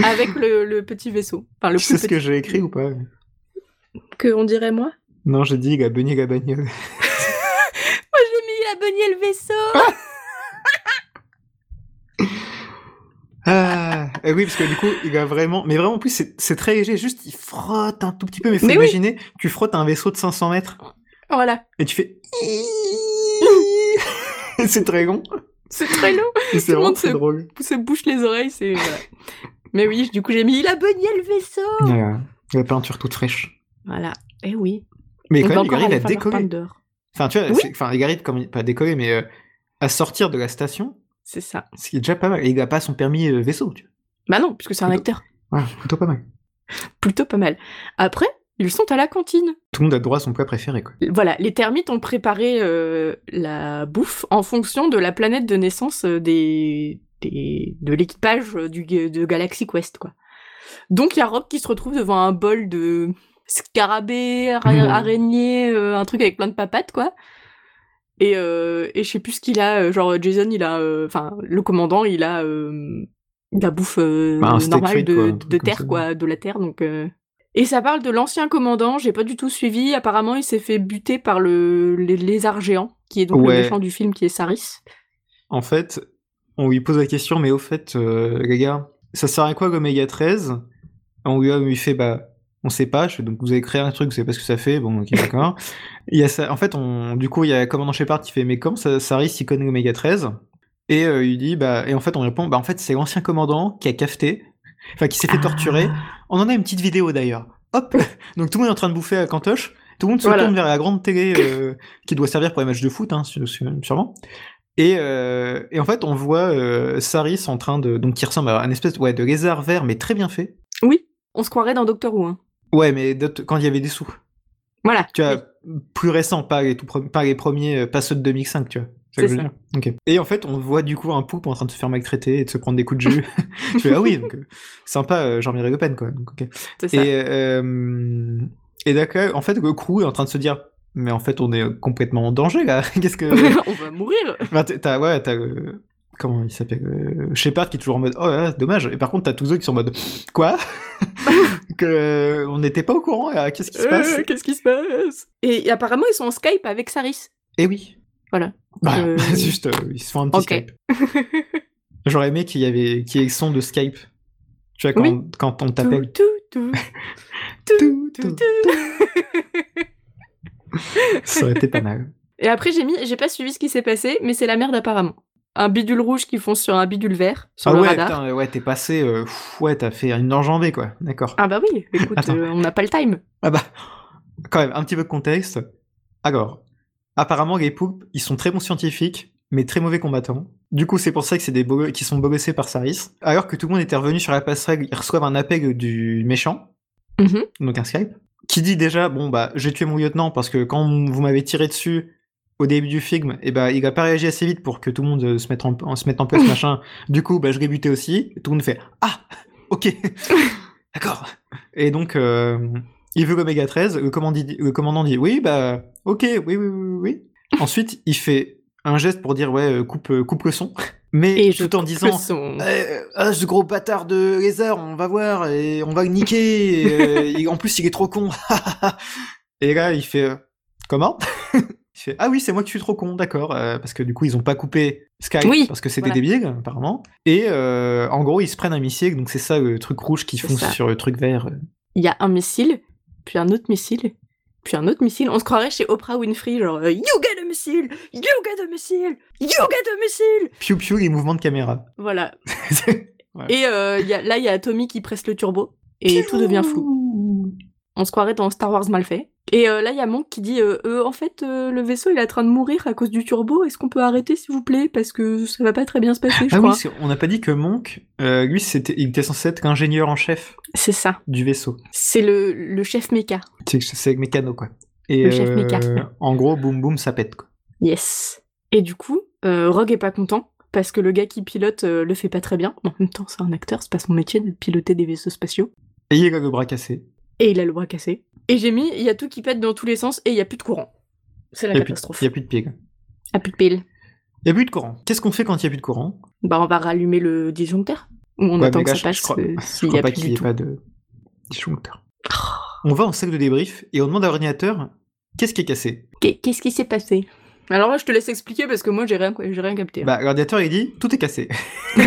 Speaker 8: avec le, le petit vaisseau. Enfin, le
Speaker 7: Tu sais
Speaker 8: plus
Speaker 7: ce que
Speaker 8: petit
Speaker 7: j'ai écrit ou pas
Speaker 8: que on dirait moi.
Speaker 7: Non, j'ai dit la beignet, la bagnole.
Speaker 8: Moi, j'ai mis la beignet le vaisseau.
Speaker 7: Ah, eh oui, parce que du coup, il a vraiment. Mais vraiment, en plus, c'est c'est très léger, juste il frotte un tout petit peu. Mais faut
Speaker 8: Mais oui.
Speaker 7: imaginer, tu frottes un vaisseau de 500 mètres Ah
Speaker 8: Voilà,
Speaker 7: et tu fais. c'est très long.
Speaker 8: c'est très long.
Speaker 7: Et c'est
Speaker 8: Tout le
Speaker 7: vraiment
Speaker 8: monde
Speaker 7: très
Speaker 8: se-
Speaker 7: drôle.
Speaker 8: Ça bouche les oreilles, c'est. voilà. Mais oui, du coup, j'ai mis la beignet le vaisseau.
Speaker 7: Ouais, la peinture toute fraîche.
Speaker 8: Voilà. Eh oui.
Speaker 7: Mais
Speaker 8: On
Speaker 7: quand
Speaker 8: va
Speaker 7: même, il
Speaker 8: encore
Speaker 7: arrive
Speaker 8: aller
Speaker 7: à
Speaker 8: faire leur
Speaker 7: décoller.
Speaker 8: peindre dehors.
Speaker 7: Enfin, tu vois,
Speaker 8: Oui.
Speaker 7: c'est- enfin, il arrive comme pas à décoller, mais euh, à sortir de la station,
Speaker 8: C'est ça.
Speaker 7: ce qui est déjà pas mal. Et il n'a pas son permis euh, vaisseau, tu
Speaker 8: Bah non, puisque c'est un acteur.
Speaker 7: vois. Voilà, plutôt pas mal.
Speaker 8: Plutôt pas mal. Après, Ils sont à la cantine.
Speaker 7: Tout le monde a droit à son plat préféré, quoi.
Speaker 8: Voilà, les termites ont préparé euh, la bouffe en fonction de la planète de naissance euh, des, des- de l'équipage euh, du ga- de Galaxy Quest, quoi. Donc il y a Rob qui se retrouve devant un bol de scarabée, ara-
Speaker 7: Mhm.
Speaker 8: araignée, euh, un truc avec plein de papates, quoi. Et, euh, et je sais plus ce qu'il a, euh, genre Jason, il a, euh, enfin le commandant, il a euh, de la bouffe euh,
Speaker 7: Bah, un steak
Speaker 8: normale
Speaker 7: frites,
Speaker 8: de,
Speaker 7: quoi, un
Speaker 8: de
Speaker 7: truc comme ça.
Speaker 8: terre, quoi, de la terre, donc. euh, et ça parle de l'ancien commandant, j'ai pas du tout suivi. Apparemment, il s'est fait buter par le le lézard géant, qui est donc
Speaker 7: Ouais.
Speaker 8: le méchant du film, qui est Saris.
Speaker 7: En fait, on lui pose la question, mais au fait, euh, Gaga, ça sert à quoi l'oméga 13 On lui, on lui fait, bah, on sait pas, je fais, donc vous avez créé un truc, vous savez pas ce que ça fait, bon, ok, d'accord. Il y a ça, en fait, on, du coup, il y a Commandant Shepard qui fait, mais comment ça, ça risque, il connaît l'oméga 13 Et euh, il dit, bah, et en fait, on répond, bah, en fait, c'est l'ancien commandant qui a cafeté, enfin, qui s'est fait torturer. On en a une petite vidéo d'ailleurs. Hop Donc tout le monde est en train de bouffer à Cantoche. Tout le monde se
Speaker 8: Voilà.
Speaker 7: tourne vers la grande télé euh, qui doit servir pour les matchs de foot, hein, sû- sû- sûrement. Et, euh, et en fait, on voit euh, Saris en train de. Donc, qui ressemble à un espèce ouais, de lézard vert, mais très bien fait.
Speaker 8: On se croirait dans Doctor Who. hein.
Speaker 7: Ouais, mais d'autres- quand il y avait des sous.
Speaker 8: Voilà.
Speaker 7: Tu vois, plus récent, pas les, tout pre- pas les premiers, euh, pas ceux de 2005, tu vois. C'est ça que je
Speaker 8: C'est
Speaker 7: veux dire. Ok. Et en fait, on voit du coup un poupe en train de se faire maltraiter et de se prendre des coups de jus. tu fais, ah oui, donc, euh, sympa, euh, Jean-Marie Le Pen, quoi. Donc, ok.
Speaker 8: C'est ça.
Speaker 7: Et, euh, et d'accord, en fait, le crew est en train de se dire, mais en fait, on est complètement en danger là. Qu'est-ce que.
Speaker 8: On va mourir.
Speaker 7: Enfin, t'as- t'as, ouais, t'as le. Comment il s'appelle euh, Shepard qui est toujours en mode Oh là là, dommage. Et par contre, t'as tous eux qui sont en mode Quoi que, euh, On n'était pas au courant, là, qu'est-ce qui se passe
Speaker 8: Euh, Qu'est-ce qui se passe Et apparemment, ils sont en Skype avec Saris.
Speaker 7: Eh oui.
Speaker 8: Voilà.
Speaker 7: Bah,
Speaker 8: Euh,
Speaker 7: juste, euh, ils se font un petit
Speaker 8: ok.
Speaker 7: Skype. J'aurais aimé qu'il y avait qu'il y ait le son de Skype. Tu vois, quand,
Speaker 8: Oui.
Speaker 7: on- quand on
Speaker 8: Tout,
Speaker 7: t'appelle.
Speaker 8: tout, tout, tout, tout, tout.
Speaker 7: Ça aurait été pas mal.
Speaker 8: Et après, j'ai mis, j'ai pas suivi ce qui s'est passé, mais c'est la merde apparemment. Un bidule rouge qui fonce sur un bidule vert sur
Speaker 7: ah
Speaker 8: le
Speaker 7: ouais,
Speaker 8: radar.
Speaker 7: putain, ouais, t'es passé. euh, pff, ouais, t'as fait une enjambée, quoi. D'accord.
Speaker 8: Ah bah oui. Écoute,
Speaker 7: Attends.
Speaker 8: euh, on n'a pas le time.
Speaker 7: Ah bah, quand même, un petit peu de contexte. Alors, apparemment, les poulpes, ils sont très bons scientifiques, mais très mauvais combattants. Du coup, c'est pour ça que c'est des beaux- qui sont bolossés par Saris. Alors que tout le monde était revenu sur la passerelle, ils reçoivent un appel du méchant,
Speaker 8: Mhm.
Speaker 7: donc un Skype, qui dit déjà, bon bah, j'ai tué mon lieutenant parce que quand vous m'avez tiré dessus au début du film, et bah, il a pas réagi assez vite pour que tout le monde euh, se mette en, en- se mette en place, machin. Du coup, bah, je l'ai buté aussi. Tout le monde fait, ah, ok, d'accord. Et donc, euh, il veut l'oméga 13, le, commandi- le commandant dit oui, bah ok, oui, oui, oui, oui. Ensuite, il fait un geste pour dire ouais, euh, coupe, euh, coupe le son, mais
Speaker 8: Et je
Speaker 7: tout en
Speaker 8: Le
Speaker 7: disant
Speaker 8: son.
Speaker 7: Euh, ah, ce gros bâtard de lézard, on va voir, et on va le niquer, et, euh, il- en plus il est trop con. et là, il fait euh, comment Il fait ah oui, c'est moi qui suis trop con, d'accord, euh, parce que du coup, ils ont pas coupé Skype,
Speaker 8: Oui,
Speaker 7: parce que c'est
Speaker 8: voilà.
Speaker 7: des débiles, apparemment. Et euh, en gros, ils se prennent un missile, donc c'est ça le truc rouge qui
Speaker 8: C'est
Speaker 7: fonce
Speaker 8: ça.
Speaker 7: sur le truc vert. euh,
Speaker 8: Il y a un missile, puis un autre missile, puis un autre missile. On se croirait chez Oprah Winfrey, genre euh, You get a missile, You get a missile, You get a missile.
Speaker 7: Piu piu les mouvements de caméra.
Speaker 8: Voilà.
Speaker 7: C'est-
Speaker 8: Et euh, il y a- là, il y a Tommy qui presse le turbo et tout devient flou. On se croirait dans Star Wars mal fait. Et euh, là, il y a Monk qui dit euh, Euh, En fait, euh, le vaisseau, il est en train de mourir à cause du turbo. Est-ce qu'on peut arrêter, s'il vous plaît Parce que ça va pas très bien se passer, je
Speaker 7: Ah oui,
Speaker 8: crois.
Speaker 7: parce qu'on n'a pas dit que Monk, euh, lui, c'était, il était censé être l'ingénieur en chef
Speaker 8: c'est ça.
Speaker 7: du vaisseau.
Speaker 8: C'est le, le chef méca.
Speaker 7: C'est, c'est mécano, quoi. Et euh,
Speaker 8: Le chef méca.
Speaker 7: en gros, boum boum, ça pète, quoi.
Speaker 8: Yes. Et du coup, euh, Rogue est pas content. Parce que le gars qui pilote euh, le fait pas très bien. En même temps, c'est un acteur, c'est pas son métier de piloter des vaisseaux spatiaux.
Speaker 7: Et il a le bras cassé.
Speaker 8: Et il a le bras cassé. Et j'ai mis, il y a tout qui pète dans tous les sens et il y a plus de courant. C'est la
Speaker 7: Il n'y a, plus-
Speaker 8: catastrophe.
Speaker 7: il y a plus de pied, quoi.
Speaker 8: Ah, plus de pile.
Speaker 7: Il n'y a plus de courant. Qu'est-ce qu'on fait quand il n'y a plus de courant
Speaker 8: Bah, on va rallumer le disjoncteur. Ou on
Speaker 7: Ouais,
Speaker 8: attend
Speaker 7: mais
Speaker 8: que
Speaker 7: là,
Speaker 8: ça passe.
Speaker 7: je crois,
Speaker 8: euh,
Speaker 7: je
Speaker 8: s'il y
Speaker 7: crois
Speaker 8: a
Speaker 7: pas
Speaker 8: plus
Speaker 7: qu'il
Speaker 8: du
Speaker 7: n'y ait
Speaker 8: tout.
Speaker 7: pas de disjoncteur. On va en sac de débrief et on demande à l'ordinateur qu'est-ce qui est cassé.
Speaker 8: Qu'est- Qu'est-ce qui s'est passé Alors là, je te laisse expliquer parce que moi, j'ai rien, j'ai rien capté.
Speaker 7: Bah, l'ordinateur, il dit tout est cassé.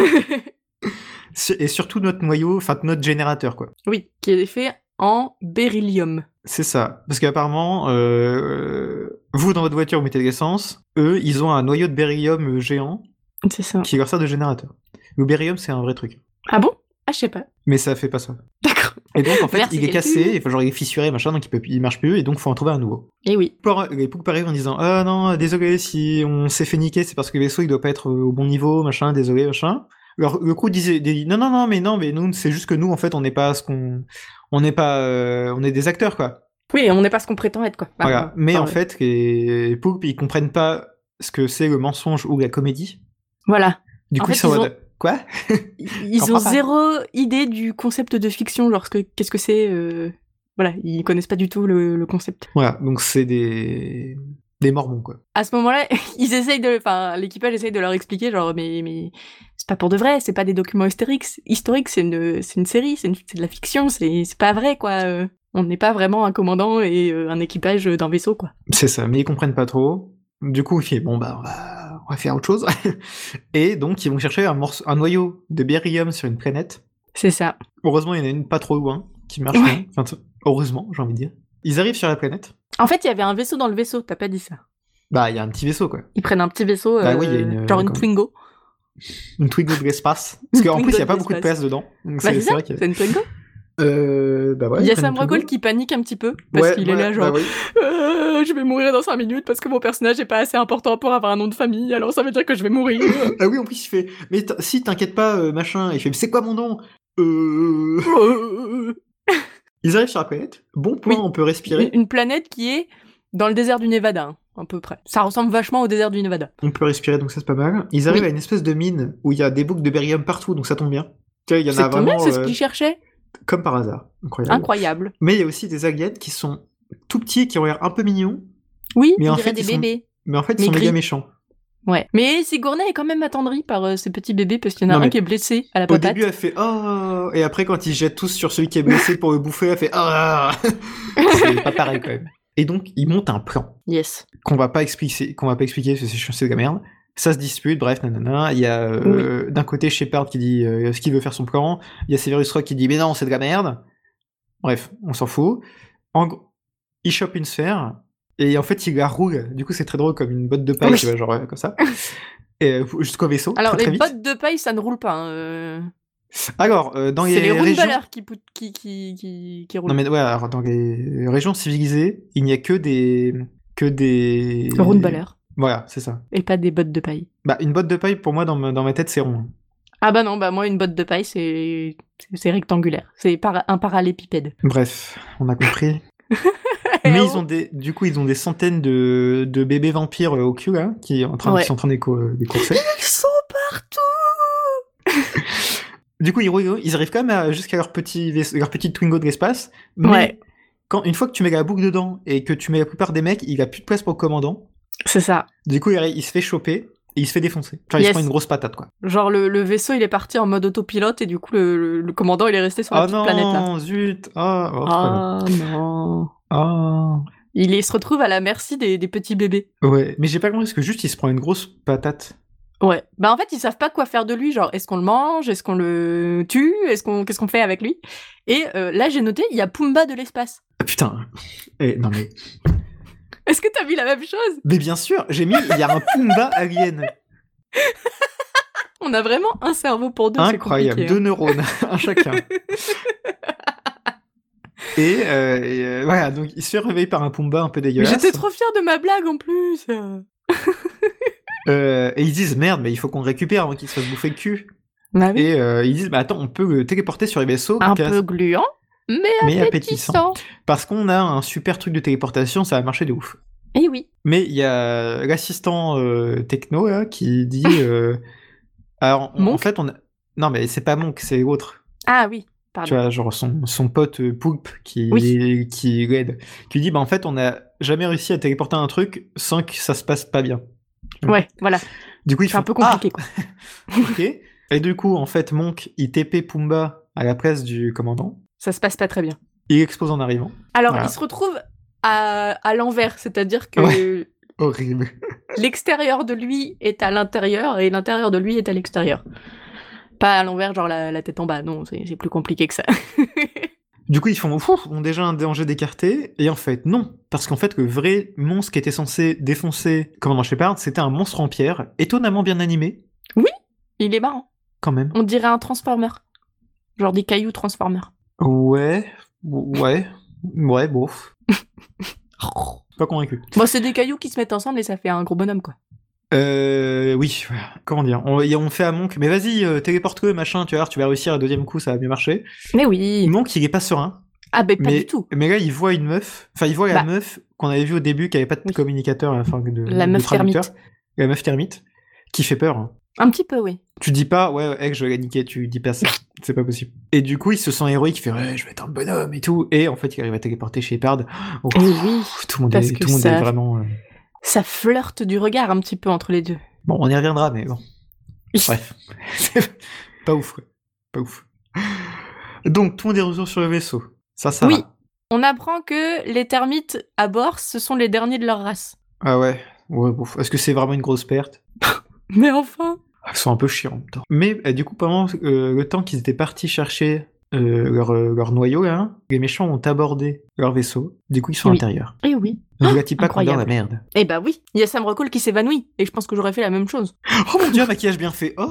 Speaker 7: Su- et surtout notre noyau, enfin notre générateur, quoi.
Speaker 8: oui, qui est fait en beryllium.
Speaker 7: C'est ça. Parce qu'apparemment, euh, vous, dans votre voiture, vous mettez de l'essence. Eux, ils ont un noyau de beryllium euh, géant
Speaker 8: C'est ça.
Speaker 7: qui leur sert de générateur. Le beryllium, c'est un vrai truc.
Speaker 8: Ah bon Ah, je sais pas.
Speaker 7: Mais ça fait pas ça.
Speaker 8: D'accord.
Speaker 7: Et donc, en fait,
Speaker 8: Merci,
Speaker 7: il est
Speaker 8: quelqu'un.
Speaker 7: cassé, enfin, genre, il est fissuré, machin, donc il, peut, il marche plus, et donc faut en trouver un nouveau.
Speaker 8: Et Eh oui.
Speaker 7: Pour- Les Pouks arrivent en disant Ah non, désolé, si on s'est fait niquer, c'est parce que le vaisseau, il doit pas être euh, au bon niveau, machin, désolé, machin. Alors, le coup disait, dit, non, non, non, mais non, mais nous, c'est juste que nous, en fait, on n'est pas ce qu'on, on n'est pas, euh, on est des acteurs, quoi.
Speaker 8: Oui, on n'est pas ce qu'on prétend être, quoi. Bah,
Speaker 7: voilà. Mais en
Speaker 8: ouais.
Speaker 7: fait, les Poulpes, ils comprennent pas ce que c'est le mensonge ou la comédie.
Speaker 8: Voilà.
Speaker 7: Du
Speaker 8: En
Speaker 7: coup,
Speaker 8: fait,
Speaker 7: ils sont en
Speaker 8: ils
Speaker 7: mode, quoi?
Speaker 8: Ils ils ont
Speaker 7: comprends pas.
Speaker 8: zéro idée du concept de fiction, genre ce que- qu'est-ce que c'est. euh, Voilà, ils connaissent pas du tout le, le concept.
Speaker 7: Voilà. Donc, c'est des, des mormons, quoi.
Speaker 8: À ce moment-là, ils essayent de, enfin, l'équipage essaye de leur expliquer, genre, mais, mais c'est pas pour de vrai, c'est pas des documents historiques, historiques, c'est une, c'est une série, c'est une- c'est de la fiction, c'est c'est pas vrai, quoi. euh. On n'est pas vraiment un commandant et euh, un équipage d'un vaisseau, quoi.
Speaker 7: C'est ça, mais ils comprennent pas trop. Du coup, il fait bon bah on va, on va faire autre chose. Et donc ils vont chercher un morceau, un noyau de bérium sur une planète.
Speaker 8: C'est ça.
Speaker 7: Heureusement, il y en a une pas trop loin qui marche
Speaker 8: Ouais.
Speaker 7: bien. Enfin, t- heureusement, j'ai envie de dire. Ils arrivent sur la planète.
Speaker 8: En fait, il y avait un vaisseau dans le vaisseau, t'as pas dit ça.
Speaker 7: Bah, il y a un petit vaisseau quoi,
Speaker 8: Ils prennent un petit vaisseau,
Speaker 7: Bah oui, il
Speaker 8: euh,
Speaker 7: y a une-
Speaker 8: genre une
Speaker 7: comme-
Speaker 8: Twingo.
Speaker 7: une Twingo de l'espace. Parce qu'en
Speaker 8: Twingo
Speaker 7: plus, il y a
Speaker 8: de
Speaker 7: pas beaucoup de
Speaker 8: l'espace.
Speaker 7: place dedans. Donc,
Speaker 8: Bah,
Speaker 7: c'est
Speaker 8: c'est
Speaker 7: c'est
Speaker 8: ça,
Speaker 7: vrai qu'il y
Speaker 8: c'est une Twingo.
Speaker 7: a... Euh, bah ouais,
Speaker 8: Il y a
Speaker 7: pas une
Speaker 8: Sam
Speaker 7: Twingo.
Speaker 8: Rockwell qui panique un petit peu parce
Speaker 7: Ouais,
Speaker 8: qu'il est
Speaker 7: ouais,
Speaker 8: là genre
Speaker 7: bah oui.
Speaker 8: Euh, je vais mourir dans 5 minutes parce que mon personnage est pas assez important pour avoir un nom de famille alors ça veut dire que je vais mourir.
Speaker 7: Ah oui, en plus il fait. Mais t- si t'inquiète pas, euh, machin. Il fait. mais C'est quoi mon nom Euh.
Speaker 8: Euh,
Speaker 7: Ils arrivent sur la planète. Bon point,
Speaker 8: Oui.
Speaker 7: on peut respirer.
Speaker 8: Une planète qui est dans le désert du Nevada hein, à peu près. Ça ressemble vachement au désert du Nevada.
Speaker 7: On peut respirer, donc ça c'est pas mal. Ils arrivent
Speaker 8: Oui.
Speaker 7: à une espèce de mine où il y a des boucles de bérium partout, donc ça tombe bien. Tu vois, il y en a
Speaker 8: C'est
Speaker 7: vraiment
Speaker 8: bien, c'est ce
Speaker 7: euh,
Speaker 8: qu'il cherchait.
Speaker 7: comme par hasard. Incroyable.
Speaker 8: Incroyable.
Speaker 7: Mais il y a aussi des aliens qui sont tout petits, qui ont l'air un peu mignons,
Speaker 8: Oui,
Speaker 7: Mais
Speaker 8: il
Speaker 7: en
Speaker 8: dirait
Speaker 7: fait,
Speaker 8: des
Speaker 7: ils sont-
Speaker 8: bébés.
Speaker 7: mais en fait ils
Speaker 8: Mais
Speaker 7: sont méga
Speaker 8: gris.
Speaker 7: méchants.
Speaker 8: Ouais. Mais Sigourney est quand même attendrie par euh, ces petits bébés parce qu'il y en a
Speaker 7: Non,
Speaker 8: un
Speaker 7: mais-
Speaker 8: qui est blessé à la
Speaker 7: Au
Speaker 8: patate.
Speaker 7: début, elle fait Oh Et après, quand ils jettent tous sur celui qui est blessé pour le bouffer, elle fait Ah C'est pas pareil quand même. Et donc, ils montent un plan
Speaker 8: Yes.
Speaker 7: qu'on va pas expliquer, qu'on va pas expliquer parce que c'est chiant, c'est de la merde. Ça se dispute, bref, nanana. Il y a euh, d'un côté Shepard qui dit euh, ce qu'il veut faire son plan. Il y a Severus Rock qui dit mais non, c'est de la merde. Bref, on s'en fout. En gros, il chope une sphère et en fait il la roule. Du coup, c'est très drôle comme une botte de paille,
Speaker 8: Oui.
Speaker 7: tu vois, genre euh, comme ça. Et, euh, jusqu'au vaisseau.
Speaker 8: Alors
Speaker 7: très, très
Speaker 8: les
Speaker 7: vite.
Speaker 8: bottes de paille ça ne roule pas. hein, euh.
Speaker 7: Alors, euh, dans
Speaker 8: C'est
Speaker 7: les,
Speaker 8: les roundballers
Speaker 7: régions.
Speaker 8: qui, pou- qui, qui, qui, qui roulent.
Speaker 7: Non mais ouais, alors, dans les régions civilisées, il n'y a que des que des
Speaker 8: Le roundballer.
Speaker 7: Voilà, c'est ça.
Speaker 8: Et pas des bottes de paille.
Speaker 7: Bah, une botte de paille, pour moi, dans ma, dans ma tête, c'est rond.
Speaker 8: Ah bah non, bah moi une botte de paille c'est c'est- c'est rectangulaire, c'est par- un parallépipède.
Speaker 7: Bref, on a compris. Mais ils ont des, du coup, ils ont des centaines de, de bébés vampires euh, au cul, là, qui, en train,
Speaker 8: Ouais.
Speaker 7: qui sont en train euh, de courser.
Speaker 8: Ils sont partout.
Speaker 7: du coup, ils, roulent, ils arrivent quand même à- jusqu'à leur petit, vais- leur petit Twingo de l'espace. Mais
Speaker 8: Ouais.
Speaker 7: quand, une fois que tu mets la boucle dedans et que tu mets la plupart des mecs, il a plus de place pour le commandant.
Speaker 8: C'est ça.
Speaker 7: Du coup, il, arri- il se fait choper et il se fait défoncer. Genre, il se
Speaker 8: Yes.
Speaker 7: prend une grosse patate, quoi.
Speaker 8: Genre le, le vaisseau il est parti en mode autopilote et du coup le, le- le commandant il est resté sur la
Speaker 7: Ah
Speaker 8: petite
Speaker 7: non,
Speaker 8: planète là.
Speaker 7: zut Ah, oh, problème.
Speaker 8: Ah non.
Speaker 7: Ah.
Speaker 8: Il est- se retrouve à la merci des, des petits bébés.
Speaker 7: Ouais, mais j'ai pas compris, parce que juste, il se prend une grosse patate.
Speaker 8: Ouais. Bah en fait ils savent pas quoi faire de lui, genre est-ce qu'on le mange, est-ce qu'on le tue, est-ce qu'on qu'est-ce qu'on fait avec lui Et euh, là j'ai noté il y a Pumba de l'espace.
Speaker 7: Ah, putain. Eh, non, mais...
Speaker 8: Est-ce que t'as vu la même chose
Speaker 7: Mais bien sûr, j'ai mis, il y a un Pumba alien.
Speaker 8: On a vraiment un cerveau pour deux. c'est
Speaker 7: Incroyable,
Speaker 8: compliqué,
Speaker 7: deux
Speaker 8: hein.
Speaker 7: neurones, un chacun. Et, euh, et, euh, voilà, donc il se fait réveiller par un Pumba un peu
Speaker 8: Mais
Speaker 7: dégueulasse.
Speaker 8: J'étais trop fière de ma blague en plus.
Speaker 7: Euh, et ils disent merde, mais il faut qu'on le récupère avant qu'il se fasse bouffer le cul. Et euh, ils disent bah attends, on peut le téléporter sur les vaisseaux
Speaker 8: Un
Speaker 7: car-
Speaker 8: peu gluant, mais,
Speaker 7: mais appétissant.
Speaker 8: appétissant.
Speaker 7: Parce qu'on a un super truc de téléportation, ça va marcher de ouf.
Speaker 8: Eh oui.
Speaker 7: Mais il y a l'assistant euh, techno là, qui dit. euh, Alors, en
Speaker 8: Monk
Speaker 7: fait, on a... non, mais c'est pas Monk, c'est l'autre.
Speaker 8: Ah oui,
Speaker 7: tu
Speaker 8: pardon.
Speaker 7: vois, genre son, son pote euh, Poulpe qui,
Speaker 8: Oui.
Speaker 7: qui l'aide, qui lui dit, bah en fait, on n'a jamais réussi à téléporter un truc sans que ça se passe pas bien.
Speaker 8: Ouais, voilà.
Speaker 7: Du coup, il Ah,
Speaker 8: C'est un peu compliqué quoi.
Speaker 7: Et du coup, en fait, Monk, il TP Pumba à la place du commandant.
Speaker 8: Ça se passe pas très bien.
Speaker 7: Il explose en arrivant.
Speaker 8: Alors,
Speaker 7: Voilà.
Speaker 8: il se retrouve à, à l'envers, c'est-à-dire que
Speaker 7: Horrible.
Speaker 8: l'extérieur de lui est à l'intérieur et l'intérieur de lui est à l'extérieur. Pas à l'envers, genre la, la tête en bas. Non, c'est c'est plus compliqué que ça.
Speaker 7: Du coup, ils font, Ouf, ont déjà un danger d'écarté. Et en fait, non. Parce qu'en fait, le vrai monstre qui était censé défoncer Commandant Shepard, c'était un monstre en pierre, étonnamment bien animé,
Speaker 8: il est marrant.
Speaker 7: quand même.
Speaker 8: On dirait un transformer. Genre des cailloux transformer.
Speaker 7: Ouais. Ouais. Ouais, bof. Pas convaincu.
Speaker 8: Bon, c'est des cailloux qui se mettent ensemble et ça fait un gros bonhomme, quoi.
Speaker 7: Euh, oui, comment dire on, on fait à Monk, mais vas-y, euh, téléporte-le, machin, tu vas voir, tu vas réussir, le deuxième coup, ça va mieux marcher.
Speaker 8: Mais oui.
Speaker 7: Monk, il est pas serein,
Speaker 8: Ah ben pas
Speaker 7: mais,
Speaker 8: du tout.
Speaker 7: mais là, il voit une meuf, enfin, il voit la
Speaker 8: Bah.
Speaker 7: meuf qu'on avait vue au début, qui avait pas de
Speaker 8: Oui.
Speaker 7: communicateur, enfin, de,
Speaker 8: La
Speaker 7: de
Speaker 8: meuf
Speaker 7: traducteur.
Speaker 8: termite.
Speaker 7: La meuf termite, qui fait peur. hein.
Speaker 8: Un petit peu, oui.
Speaker 7: Tu dis pas, ouais, ouais, hey, je vais la niquer, tu dis pas ça, c'est pas possible. Et du coup, il se sent héroïque, il fait, ouais, je vais être un bonhomme et tout, et en fait, il arrive à téléporter chez Shepard. Oh,
Speaker 8: Et oui.
Speaker 7: tout le monde,
Speaker 8: parce
Speaker 7: est,
Speaker 8: que
Speaker 7: tout le monde
Speaker 8: ça-
Speaker 7: est vraiment. euh,
Speaker 8: Ça flirte du regard un petit peu entre les deux.
Speaker 7: Bon, on y reviendra, mais bon. Bref. C'est pas ouf, quoi. Pas ouf. Donc, tout le monde est retour sur le vaisseau. Ça, ça
Speaker 8: Oui.
Speaker 7: va.
Speaker 8: On apprend que les termites à bord, ce sont les derniers de leur race.
Speaker 7: Ah ouais. Ouais, bon. Est-ce que c'est vraiment une grosse perte Ah,
Speaker 8: Mais enfin
Speaker 7: Ils sont un peu chiants en même temps. Mais euh, du coup, pendant euh, le temps qu'ils étaient partis chercher euh, leur, euh, leur noyau, là, hein, les méchants ont abordé leur vaisseau. Du coup, ils sont à
Speaker 8: Oui.
Speaker 7: l'intérieur.
Speaker 8: Eh oui.
Speaker 7: Ne vous gâtez pas qu'on est dans la
Speaker 8: incroyable.
Speaker 7: merde.
Speaker 8: Eh bah oui, il y a Sam Rockwell qui s'évanouit, et je pense que j'aurais fait la même chose.
Speaker 7: Oh mon dieu, un maquillage bien fait. Oh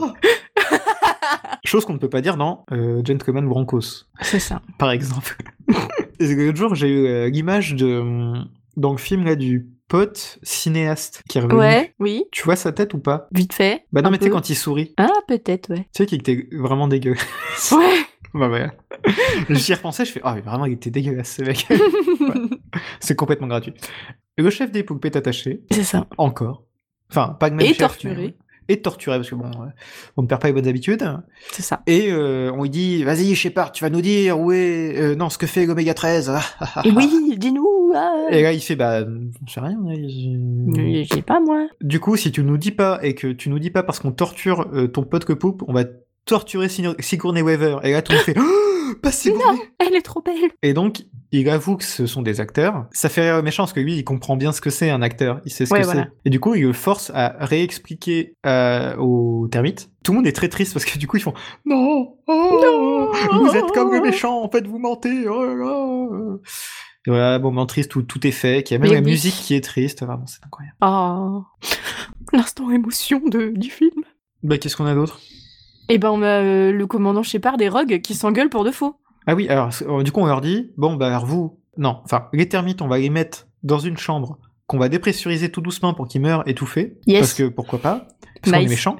Speaker 7: Chose qu'on ne peut pas dire dans euh, Gentleman Broncos.
Speaker 8: C'est ça.
Speaker 7: par exemple. Et L'autre jour, j'ai eu euh, l'image de hum, dans le film là du pote cinéaste qui est revenu.
Speaker 8: Ouais, oui,
Speaker 7: Tu vois sa tête ou pas
Speaker 8: vite fait.
Speaker 7: Bah non,
Speaker 8: un
Speaker 7: mais tu sais
Speaker 8: peu.
Speaker 7: quand il sourit,
Speaker 8: Ah, peut-être, ouais.
Speaker 7: tu sais qu'il était vraiment dégueulasse.
Speaker 8: Ouais
Speaker 7: bah ouais. J'y repensais, je fais ah mais vraiment il était dégueulasse ce mec. C'est complètement gratuit. Le chef des poupées est attaché
Speaker 8: C'est ça.
Speaker 7: encore. Enfin pas que même
Speaker 8: Et
Speaker 7: chef, mais-
Speaker 8: torturé.
Speaker 7: Et torturé parce que bon, euh, on ne perd pas les bonnes habitudes.
Speaker 8: C'est ça.
Speaker 7: Et euh, on lui dit vas-y Shepard, tu vas nous dire où est euh, non ce que fait l'oméga 13. Ah, ah, ah,
Speaker 8: Et
Speaker 7: ah.
Speaker 8: oui, dis-nous ah.
Speaker 7: Et là, il fait, bah, j'en sais rien. là, j'ai-
Speaker 8: Je sais pas, moi.
Speaker 7: Du coup, si tu nous dis pas, et que tu nous dis pas parce qu'on torture euh, ton pote que poupe, on va torturer Sign- Sigourney Weaver. Et là, tout le monde fait, oh, pas Sigourney
Speaker 8: Elle est trop belle
Speaker 7: Et donc, il avoue que ce sont des acteurs. Ça fait rire au méchant parce que lui, il comprend bien ce que c'est un acteur. Il sait ce
Speaker 8: Ouais,
Speaker 7: que
Speaker 8: voilà.
Speaker 7: c'est. Et du coup, il le force à réexpliquer euh, aux termites. Tout le monde est très triste parce que du coup, ils font, non, oh, vous êtes comme le méchant, en fait, vous mentez. Oh là là. Et voilà, moment triste où tout est fait, qu'il y a même
Speaker 8: Mais
Speaker 7: la
Speaker 8: oui.
Speaker 7: musique qui est triste. Vraiment, c'est incroyable.
Speaker 8: Oh L'instant émotion de, du film.
Speaker 7: Bah, qu'est-ce qu'on a d'autre
Speaker 8: Et ben, on a euh, le commandant Shepard des rogues qui s'engueulent pour de faux.
Speaker 7: Ah oui, alors, c'est- euh, du coup, on leur dit, bon, bah, alors vous, non, enfin, les termites, on va les mettre dans une chambre qu'on va dépressuriser tout doucement pour qu'ils meurent étouffés.
Speaker 8: Yes.
Speaker 7: Parce que pourquoi pas Parce qu'on est
Speaker 8: Nice.
Speaker 7: méchants.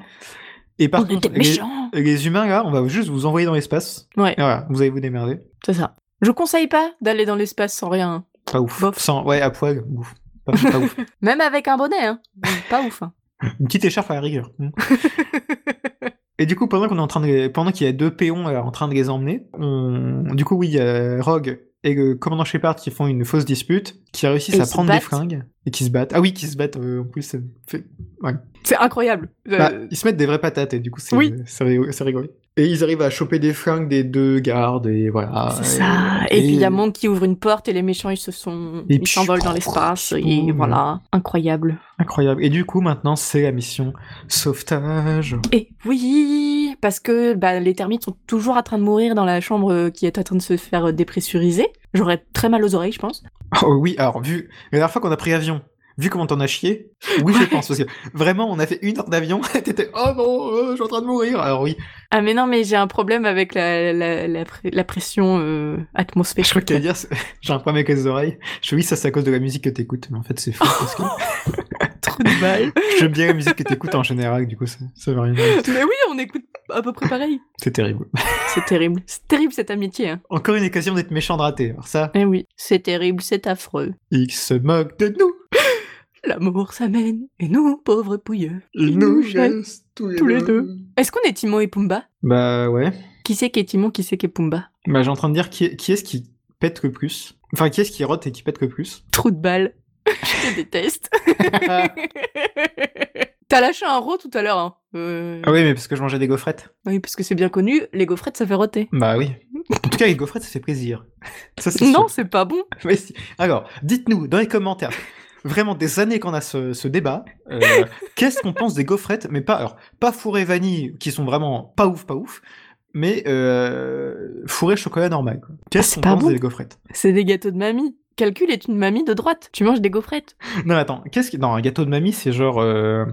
Speaker 7: Et par
Speaker 8: on
Speaker 7: contre,
Speaker 8: Oh, était
Speaker 7: les-
Speaker 8: méchants
Speaker 7: Les, humains, là, on va juste vous envoyer dans l'espace.
Speaker 8: Ouais.
Speaker 7: Et Voilà, vous allez vous démerder.
Speaker 8: C'est ça. Je conseille pas d'aller dans l'espace sans rien.
Speaker 7: Pas ouf.
Speaker 8: Bof.
Speaker 7: Sans, ouais, à poil, ouf. Pas, pas ouf.
Speaker 8: Même avec un bonnet, hein. Pas ouf. hein.
Speaker 7: Une petite écharpe à la rigueur. Mm. Et du coup, pendant qu'on est en train de, les- pendant qu'il y a deux péons euh, en train de les emmener, on- du coup, oui, il y a Rogue et le commandant Shepard qui font une fausse dispute, qui réussissent
Speaker 8: Et
Speaker 7: à
Speaker 8: ils se
Speaker 7: prendre des
Speaker 8: battent.
Speaker 7: fringues et qui se battent. Ah oui, qui se battent. euh, en plus, ça fait-
Speaker 8: C'est incroyable. Euh,
Speaker 7: bah, ils se mettent des vraies patates et du coup, c'est
Speaker 8: Oui.
Speaker 7: c'est rigolo- c'est rigolo. Et ils arrivent à choper des fringues des deux gardes et voilà.
Speaker 8: C'est
Speaker 7: Et-
Speaker 8: ça. Et, puis il y
Speaker 7: et-
Speaker 8: a Monk qui ouvre une porte et les méchants ils se sont,
Speaker 7: Et
Speaker 8: ils
Speaker 7: puis- oh,
Speaker 8: s'envolent dans l'espace et voilà, incroyable.
Speaker 7: Incroyable. Et du coup, maintenant, c'est la mission sauvetage.
Speaker 8: Et oui, parce que bah, les termites sont toujours en train de mourir dans la chambre euh, qui est en train de se faire euh, dépressuriser. J'aurais très mal aux oreilles, je pense.
Speaker 7: Oh oui, alors vu la dernière fois qu'on a pris avion, vu comment t'en as chié, oui je pense parce que vraiment on a fait une heure d'avion, et t'étais oh non, euh, je suis en train de mourir. Alors oui,
Speaker 8: Ah mais non, mais j'ai un problème avec la la, la, pré- la pression
Speaker 7: je
Speaker 8: euh,
Speaker 7: crois
Speaker 8: atmosphérique.
Speaker 7: qu'à dire c'est- j'ai un problème avec les oreilles. Je fais, oui ça c'est à cause de la musique que t'écoutes, mais en fait c'est faux parce que
Speaker 8: Trop de mal.
Speaker 7: j'aime bien la musique que t'écoutes en général, du coup ça, ça va rien. dire.
Speaker 8: mais oui, on écoute à peu près pareil.
Speaker 7: C'est terrible.
Speaker 8: C'est terrible, c'est terrible cette amitié. Hein.
Speaker 7: Encore une occasion d'être méchant de rater. Alors ça,
Speaker 8: Eh oui, c'est terrible, c'est affreux.
Speaker 7: il se moque de nous,
Speaker 8: L'amour s'amène et nous pauvres pouilleux.
Speaker 7: il nous chasse
Speaker 8: tous les deux. Est-ce qu'on est Timon et Pumba
Speaker 7: Bah ouais.
Speaker 8: Qui c'est qui est Timon, qui c'est qui est Pumba
Speaker 7: Bah j'ai en train de dire qui, est- qui est-ce qui pète le plus. Enfin qui est-ce qui rote et qui pète le plus. Ah
Speaker 8: Trou de balle. Je te déteste. T'as lâché un rot tout à l'heure. Hein. Euh,
Speaker 7: Ah oui mais parce que je mangeais des gaufrettes.
Speaker 8: Oui, parce que c'est bien connu, les gaufrettes, ça fait roter.
Speaker 7: Bah oui. En tout cas, les gaufrettes, ça fait plaisir. Ça, c'est
Speaker 8: Non,
Speaker 7: sûr.
Speaker 8: c'est pas bon.
Speaker 7: Mais si. Alors, dites-nous dans les commentaires. Vraiment des années qu'on a ce, ce débat. euh, Qu'est-ce qu'on pense des gaufrettes Mais pas, alors, pas fourré vanille, qui sont vraiment pas ouf, pas ouf, mais euh, fourré chocolat normal. quoi. Qu'est-ce
Speaker 8: Ah, c'est
Speaker 7: qu'on
Speaker 8: pas
Speaker 7: pense
Speaker 8: bon.
Speaker 7: des gaufrettes
Speaker 8: C'est des gâteaux de mamie. Calcul est une mamie de droite. Tu manges des gaufrettes.
Speaker 7: Non, mais attends. Qu'est-ce qui... Non, un gâteau de mamie, c'est genre. euh,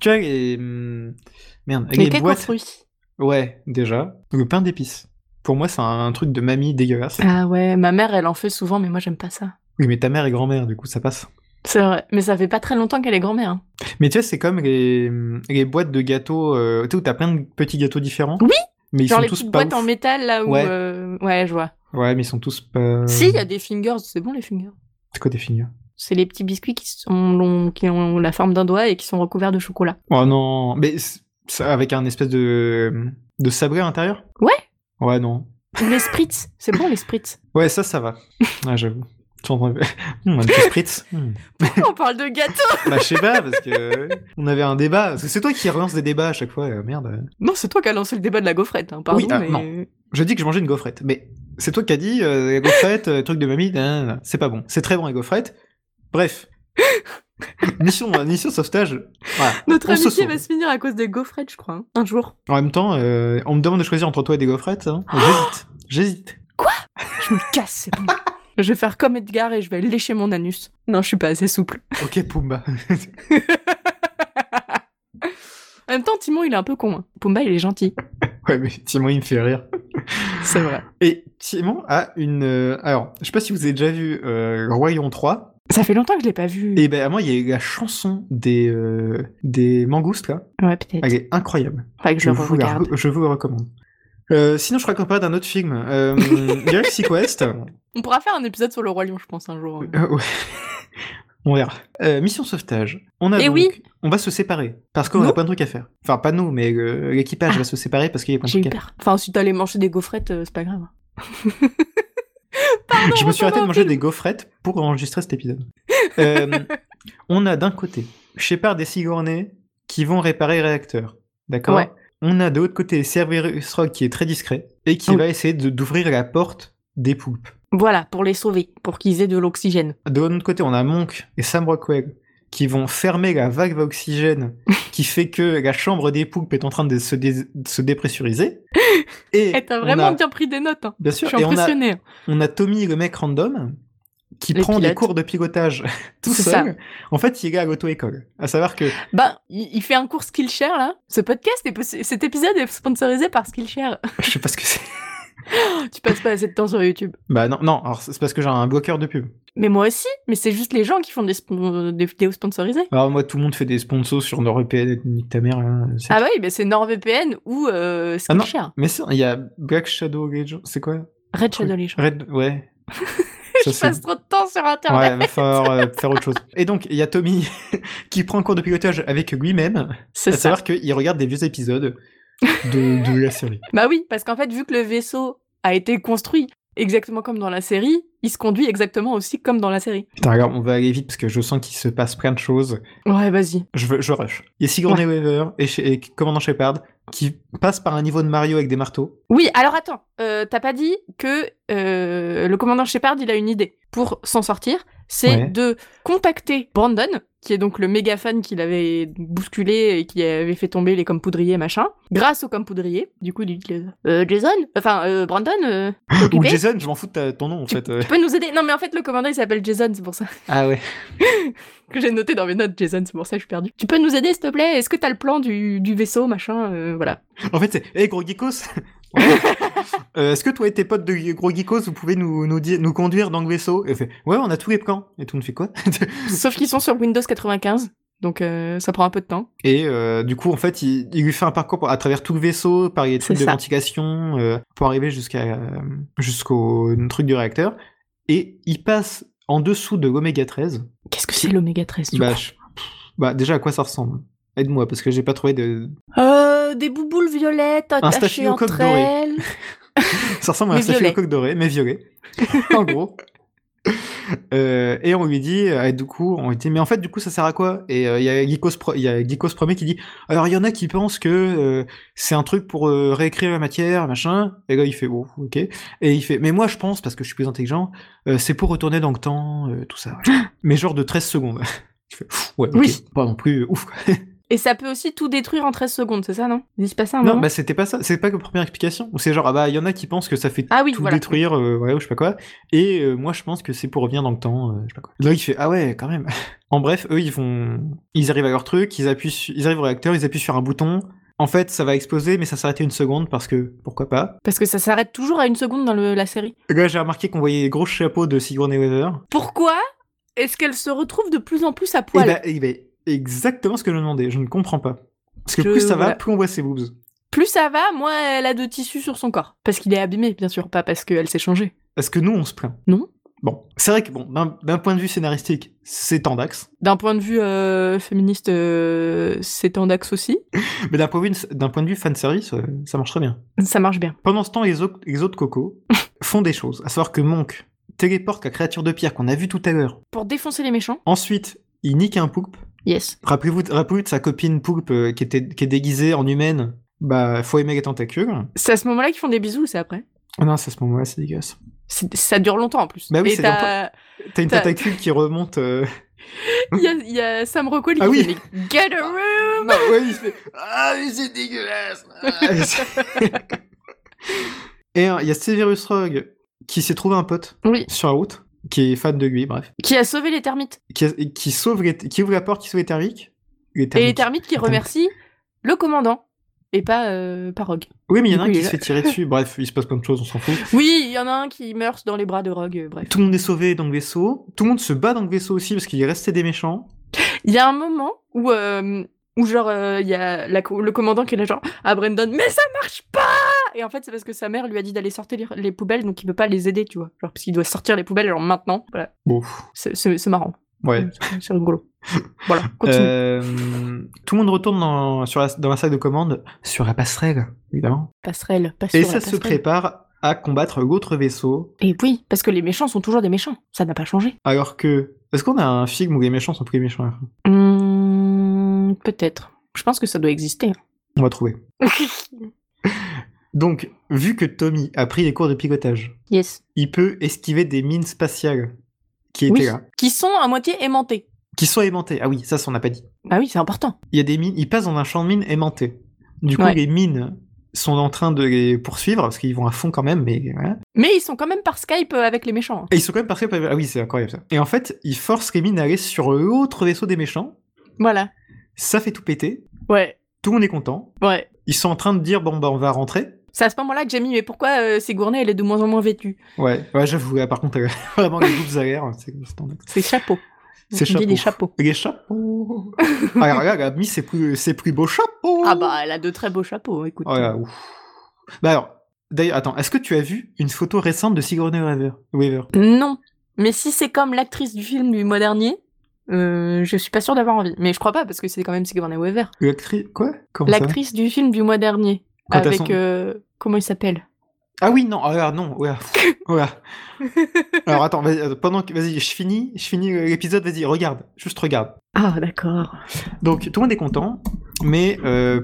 Speaker 7: Tu vois, les. hum, Merde,
Speaker 8: Les
Speaker 7: les
Speaker 8: cakes aux
Speaker 7: boîtes.
Speaker 8: fruits.
Speaker 7: Ouais, déjà. Le pain d'épices. Pour moi, c'est un, un truc de mamie dégueulasse.
Speaker 8: Ah ouais, ma mère, elle en fait souvent, mais moi, j'aime pas ça.
Speaker 7: Oui, mais ta mère et grand-mère, du coup, ça passe.
Speaker 8: C'est vrai. Mais ça fait pas très longtemps qu'elle est grand-mère. hein.
Speaker 7: Mais tu sais, c'est comme les, les boîtes de gâteaux, euh, tu sais, où t'as plein de petits gâteaux différents.
Speaker 8: Oui
Speaker 7: Mais ils
Speaker 8: Genre
Speaker 7: sont
Speaker 8: les
Speaker 7: tous
Speaker 8: petites
Speaker 7: pas
Speaker 8: boîtes
Speaker 7: ouf.
Speaker 8: en métal là où.
Speaker 7: Ouais. Euh.
Speaker 8: euh, ouais je vois.
Speaker 7: Ouais, mais ils sont tous pas.
Speaker 8: Si, il y a des fingers, c'est bon les fingers.
Speaker 7: C'est quoi des fingers
Speaker 8: C'est les petits biscuits qui, sont, longs- qui ont la forme d'un doigt et qui sont recouverts de chocolat.
Speaker 7: Oh non Mais c'est- ça, avec un espèce de. de sabré à l'intérieur
Speaker 8: Ouais.
Speaker 7: Ouais, non.
Speaker 8: Ou les spritz, c'est bon les spritz.
Speaker 7: Ouais, ça, ça va. Ouais, j'avoue. Tu en- Hum, un petit spritz. Hum.
Speaker 8: On parle de gâteau
Speaker 7: Bah, je sais pas, parce que. On avait un débat. Parce que c'est toi qui relance des débats à chaque fois, euh, merde.
Speaker 8: Non, c'est toi qui as lancé le débat de la gaufrette, hein, pardon.
Speaker 7: Oui, ah,
Speaker 8: mais...
Speaker 7: non. Je dis que je mangeais une gaufrette, mais c'est toi qui as dit, euh, les gaufrettes, euh, truc de mamie, nan, nan, nan, c'est pas bon. C'est très bon les gaufrettes. Bref. mission, hein, mission sauvetage. Voilà.
Speaker 8: Notre
Speaker 7: On se
Speaker 8: amitié
Speaker 7: sauve.
Speaker 8: va se finir à cause des gaufrettes, je crois, hein, un jour.
Speaker 7: En même temps, euh, on me demande de choisir entre toi et des gaufrettes. hein. J'hésite. J'hésite.
Speaker 8: Je me casse, c'est bon. je vais faire comme Edgar et je vais lécher mon anus. Non, je suis pas assez souple.
Speaker 7: Ok, Pumba.
Speaker 8: En même temps, Timon, il est un peu con. hein. Pumba, il est gentil.
Speaker 7: ouais, mais Timon, il me fait rire.
Speaker 8: C'est vrai.
Speaker 7: Et Timon a une. euh, alors, je sais pas si vous avez déjà vu euh, Royon 3.
Speaker 8: Ça fait longtemps que je l'ai pas vu.
Speaker 7: Et ben, à moi, il y a eu la chanson des, euh, des mangoustes, là.
Speaker 8: Ouais, peut-être.
Speaker 7: Elle est incroyable.
Speaker 8: Faudrait que je,
Speaker 7: Je
Speaker 8: le
Speaker 7: vous, la
Speaker 8: regarde.
Speaker 7: re- je vous le recommande. Euh, sinon, je crois qu'on parle d'un autre film. Euh, Galaxy Quest. Euh,
Speaker 8: On pourra faire un épisode sur le Roi Lion, je pense, un jour.
Speaker 7: ouais. On verra. Euh, mission sauvetage. On a
Speaker 8: Eh
Speaker 7: donc-
Speaker 8: oui.
Speaker 7: On va se séparer. Parce qu'on a
Speaker 8: Nous
Speaker 7: plein de trucs à faire. Enfin, pas nous, mais euh, l'équipage
Speaker 8: Ah.
Speaker 7: va se séparer parce qu'il y a plein de
Speaker 8: J'ai eu
Speaker 7: trucs à faire.
Speaker 8: peur. Enfin, si t'allais manger des gaufrettes, euh, c'est pas grave.
Speaker 7: je me suis
Speaker 8: retournons
Speaker 7: arrêté de
Speaker 8: au
Speaker 7: manger
Speaker 8: film.
Speaker 7: des gaufrettes pour enregistrer cet épisode. Euh, on a d'un côté Shepard et Sigourney qui vont réparer les réacteurs. D'accord
Speaker 8: Ouais.
Speaker 7: On a de l'autre côté Cerberus Rock qui est très discret et qui
Speaker 8: Ah Oui.
Speaker 7: va essayer de- d'ouvrir la porte des poulpes.
Speaker 8: Voilà, pour les sauver, pour qu'ils aient de l'oxygène.
Speaker 7: De l'autre côté, on a Monk et Sam Rockwell qui vont fermer la vague d'oxygène qui fait que la chambre des poulpes est en train de se, dé- de se dépressuriser. Et
Speaker 8: Eh, t'as
Speaker 7: on
Speaker 8: vraiment
Speaker 7: a-
Speaker 8: bien pris des notes, hein.
Speaker 7: bien
Speaker 8: Je
Speaker 7: sûr,
Speaker 8: suis
Speaker 7: et on a,
Speaker 8: impressionnée.
Speaker 7: on a Tommy, le mec random, qui
Speaker 8: Les
Speaker 7: prend des
Speaker 8: pilotes.
Speaker 7: cours de pilotage tout
Speaker 8: C'est
Speaker 7: seul. En fait, il est à l'auto-école. À savoir que,
Speaker 8: Ben, il il fait un cours Skillshare, là. Ce podcast, est possi- cet épisode est sponsorisé par Skillshare.
Speaker 7: je sais pas ce que c'est.
Speaker 8: tu passes pas assez de temps sur YouTube.
Speaker 7: Bah non, non, alors c'est parce que j'ai un bloqueur de pub.
Speaker 8: Mais moi aussi, mais c'est juste les gens qui font des, spon- des vidéos sponsorisées.
Speaker 7: Alors moi, tout le monde fait des sponsors sur E NordVPN et nique ta mère. hein, c'est-
Speaker 8: Ah oui, ben c'est NordVPN ou euh,
Speaker 7: Ah non.
Speaker 8: Skillshare.
Speaker 7: Mais ça, il y a Black Shadow Legends, c'est quoi
Speaker 8: Red Shadow Legends.
Speaker 7: Red, ouais.
Speaker 8: Je
Speaker 7: Ça, c'est-
Speaker 8: passe trop de temps sur Internet.
Speaker 7: Ouais, va falloir euh, faire autre chose. Et donc, il y a Tommy qui prend un cours de pilotage avec lui-même,
Speaker 8: C'est
Speaker 7: à
Speaker 8: ça.
Speaker 7: savoir qu'il regarde des vieux épisodes de, de la série.
Speaker 8: Bah oui, parce qu'en fait, vu que le vaisseau a été construit exactement comme dans la série, il se conduit exactement aussi comme dans la série.
Speaker 7: Putain, regarde, on va aller vite parce que je sens qu'il se passe plein de choses.
Speaker 8: Ouais, vas-y.
Speaker 7: Je, veux- je rush. Il y a Sigourney Weaver et, She- et Commandant Shepard qui passent par un niveau de Mario avec des marteaux.
Speaker 8: Oui, alors attends, euh, t'as pas dit que euh, le commandant Shepard, il a une idée pour s'en sortir, c'est
Speaker 7: Ouais.
Speaker 8: de contacter Brandon, qui est donc le méga fan qu'il avait bousculé et qui avait fait tomber les comme poudriers machin, grâce aux comme poudriers. Du coup, il dit euh, Jason, enfin euh, Brandon, euh, t'es
Speaker 7: Ou
Speaker 8: occupé
Speaker 7: Jason, je m'en fous de ta- ton nom en fait. euh.
Speaker 8: tu peux nous aider Non, mais en fait, le commandant, il s'appelle Jason, c'est pour ça.
Speaker 7: Ah ouais.
Speaker 8: que j'ai noté dans mes notes, Jason, c'est pour ça que je suis perdue. Tu peux nous aider, s'il te plaît Est-ce que t'as le plan du, du vaisseau, machin euh, Voilà.
Speaker 7: En fait, c'est Hey gros geekos Euh, Est-ce que toi et tes potes de gros geekos, vous pouvez nous, nous, dire- nous conduire dans le vaisseau Et fait, Ouais, on a tous les plans. Et tout le monde fait quoi
Speaker 8: Sauf qu'ils sont sur Windows 95, donc euh, ça prend un peu de temps.
Speaker 7: Et euh, du coup, en fait, il, il lui fait un parcours pour- à travers tout le vaisseau, par les trucs
Speaker 8: C'est
Speaker 7: de
Speaker 8: ça.
Speaker 7: ventilation, euh, pour arriver jusqu'à euh, jusqu'au truc du réacteur. Et il passe en dessous de l'oméga 13.
Speaker 8: Qu'est-ce que c'est l'oméga 13 du
Speaker 7: Bah,
Speaker 8: coup
Speaker 7: je- pff, bah, déjà, à quoi ça ressemble Aide-moi, parce que j'ai pas trouvé de.
Speaker 8: euh, Des bouboules violettes attachées
Speaker 7: staphylocoque
Speaker 8: entre
Speaker 7: doré.
Speaker 8: elles.
Speaker 7: Ça ressemble à un
Speaker 8: Mais
Speaker 7: statut de
Speaker 8: violet.
Speaker 7: coque dorée, mais violet. en gros. Euh, et on lui dit, euh, et du coup, on lui dit, mais en fait, du coup, ça sert à quoi Et euh, il y a Geekos Pro- il y a Geekos Premier qui dit, alors il y en a qui pensent que euh, c'est un truc pour euh, réécrire la matière, machin. Et là, il fait, oh, ok. Et il fait, mais moi, je pense, parce que je suis plus intelligent, euh, c'est pour retourner dans le temps, euh, tout ça. mais genre de 13 secondes. Je fais, Pff, ouais, ok.
Speaker 8: Oui.
Speaker 7: Pas non plus, euh, ouf. quoi.
Speaker 8: Et ça peut aussi tout détruire en 13 secondes, c'est ça, non Il se passe ça un
Speaker 7: Non,
Speaker 8: moment
Speaker 7: bah c'était pas ça, c'est pas que première explication. Ou C'est genre, ah bah, il y en a qui pensent que ça fait
Speaker 8: Ah oui,
Speaker 7: tout
Speaker 8: voilà.
Speaker 7: détruire, euh, ouais, ou je sais pas quoi. Et euh, moi, je pense que c'est pour revenir dans le temps, euh, je sais pas quoi. Là, il fait, ah ouais, quand même. en bref, eux, ils vont. Ils arrivent à leur truc, ils, appuient su- ils arrivent au réacteur, ils appuient sur un bouton. En fait, ça va exploser, mais ça s'arrêtait une seconde parce que pourquoi pas.
Speaker 8: Parce que ça s'arrête toujours à une seconde dans le- la série.
Speaker 7: Là, j'ai remarqué qu'on voyait les gros chapeaux de Sigourney Weaver.
Speaker 8: Pourquoi est-ce qu'elle se retrouve de plus en plus à
Speaker 7: Eh
Speaker 8: poil
Speaker 7: ben- eh ben, exactement ce que je me demandais, je ne comprends pas. Parce que
Speaker 8: Je-
Speaker 7: plus ça va,
Speaker 8: voilà.
Speaker 7: plus on voit ses boobs.
Speaker 8: Plus ça va, moins elle a de tissu sur son corps. Parce qu'il est abîmé, bien sûr, pas parce qu'elle s'est changée.
Speaker 7: Est-ce que nous, on se plaint
Speaker 8: Non.
Speaker 7: Bon, c'est vrai que bon, d'un d'un point de vue scénaristique, c'est Tandax.
Speaker 8: D'un point de vue euh, féministe, euh, c'est tendax aussi.
Speaker 7: Mais d'un point, de vue- d'un point de vue fanservice, euh, ça marche très bien.
Speaker 8: Ça marche bien.
Speaker 7: Pendant ce temps, les, au- les autres cocos font des choses. À savoir que Monk téléporte la créature de pierre qu'on a vue tout à l'heure.
Speaker 8: Pour défoncer les méchants,
Speaker 7: Ensuite, il nique un poulpe.
Speaker 8: yes.
Speaker 7: Rappelez-vous rappelez de sa copine poulpe euh, qui, était, qui est déguisée en humaine. Bah, faut aimer les tentacules.
Speaker 8: C'est à ce moment-là qu'ils font des bisous, c'est après.
Speaker 7: Ah non, c'est à ce moment-là, c'est dégueulasse.
Speaker 8: C'est- Ça dure longtemps en plus.
Speaker 7: Bah oui,
Speaker 8: Et
Speaker 7: c'est
Speaker 8: t'as-
Speaker 7: T'as une
Speaker 8: T'as-
Speaker 7: tentacule qui remonte. euh,
Speaker 8: Il y a, il y a Sam Rockwell qui
Speaker 7: Ah oui.
Speaker 8: fait mais Get a room
Speaker 7: Non, ouais, il se fait.
Speaker 9: Ah, mais c'est dégueulasse.
Speaker 7: Ah. Et hein, il y a Severus Rogue qui s'est trouvé un pote
Speaker 8: Oui.
Speaker 7: sur la route, qui est fan de lui, bref.
Speaker 8: Qui a sauvé les termites.
Speaker 7: Qui, a- qui sauve les- qui ouvre la porte, qui sauve les thermiques. Les
Speaker 8: Et les
Speaker 7: thermiques.
Speaker 8: termites qui
Speaker 7: Attends.
Speaker 8: remercient le commandant. Et pas, euh, pas Rogue.
Speaker 7: Oui, mais il y en a
Speaker 8: Du
Speaker 7: un
Speaker 8: coup,
Speaker 7: qui
Speaker 8: il
Speaker 7: se
Speaker 8: est
Speaker 7: fait tirer dessus. Bref, il se passe plein de choses, on s'en fout.
Speaker 8: Oui, il y en a un qui meurt dans les bras de Rogue, euh, bref.
Speaker 7: Tout le monde est sauvé dans le vaisseau. Tout le monde se bat dans le vaisseau aussi parce qu'il est resté des méchants.
Speaker 8: Il y a un moment où, euh, où genre, euh, il y a la co- le commandant qui est là, genre, à Brendan, mais ça marche pas Et en fait, c'est parce que sa mère lui a dit d'aller sortir les, les poubelles, donc il peut pas les aider, tu vois. Genre, parce qu'il doit sortir les poubelles, alors maintenant, voilà.
Speaker 7: Bon, pff,
Speaker 8: C'est- C'est c'est marrant.
Speaker 7: ouais.
Speaker 8: C'est- C'est rigolo. voilà, Mm. continue.
Speaker 7: Euh, tout le monde retourne dans, sur la, dans la salle de commande, sur la passerelle, évidemment.
Speaker 8: Passerelle, pas
Speaker 7: Et
Speaker 8: sur la
Speaker 7: ça se
Speaker 8: passerelle.
Speaker 7: prépare à combattre l'autre vaisseau,
Speaker 8: Et oui, parce que les méchants sont toujours des méchants. Ça n'a pas changé.
Speaker 7: alors que... Est-ce qu'on a un film où les méchants sont plus méchants à la fin
Speaker 8: Hmm, Peut-être. Je pense que ça doit exister. hein.
Speaker 7: On va trouver. Donc, vu que Tommy a pris des cours de pilotage,
Speaker 8: yes.
Speaker 7: il peut esquiver des mines spatiales qui étaient
Speaker 8: Oui.
Speaker 7: là,
Speaker 8: Qui sont à moitié aimantés.
Speaker 7: qui sont aimantées. Ah oui, ça, ça on n'a pas dit.
Speaker 8: Bah oui, c'est important.
Speaker 7: Il y a des mines, il passe dans un champ de mines aimanté. Du coup,
Speaker 8: Ouais.
Speaker 7: les mines sont en train de les poursuivre parce qu'ils vont à fond quand même, mais voilà.
Speaker 8: Mais ils sont quand même par Skype euh, avec les méchants.
Speaker 7: Et ils sont quand même partis. par- Ah oui, c'est incroyable ça. Et en fait, ils forcent les mines à aller sur l'autre vaisseau des méchants.
Speaker 8: Voilà.
Speaker 7: Ça fait tout péter.
Speaker 8: Ouais,
Speaker 7: Tout le monde est content.
Speaker 8: ouais.
Speaker 7: Ils sont en train de dire bon bah on va rentrer.
Speaker 8: C'est à ce moment-là que j'ai mis, mais pourquoi euh, Sigourney, elle est de moins en moins vêtue
Speaker 7: Ouais, ouais, j'avoue. là, Par contre, elle a vraiment les groupes à l'air, c'est c'est en-
Speaker 8: C'est chapeau.
Speaker 7: C'est
Speaker 8: On dit des
Speaker 7: chapeaux.
Speaker 8: chapeaux.
Speaker 7: Les Ah, chapeaux. Alors là, elle a mis ses plus, ses plus beaux chapeaux.
Speaker 8: Ah bah, elle a de très beaux chapeaux, écoute.
Speaker 7: Oh là, ouf. Bah alors, d'ailleurs, attends, est-ce que tu as vu une photo récente de Sigourney Weaver, Weaver
Speaker 8: Non. Mais si c'est comme l'actrice du film du mois dernier, euh, je suis pas sûre d'avoir envie. Mais je crois pas, parce que c'est quand même Sigourney Weaver.
Speaker 7: L'actrice. Quoi Comment ça
Speaker 8: L'actrice du film du mois dernier.
Speaker 7: Quand elles
Speaker 8: avec.
Speaker 7: sont-
Speaker 8: euh, comment il s'appelle
Speaker 7: Ah oui, non, ah là, non, ouais. ouais. Alors attends, vas-y, attends, pendant que. Vas-y, je finis, je finis euh, l'épisode, vas-y, regarde, juste regarde.
Speaker 8: Ah, d'accord.
Speaker 7: Donc tout le monde est content, mais euh,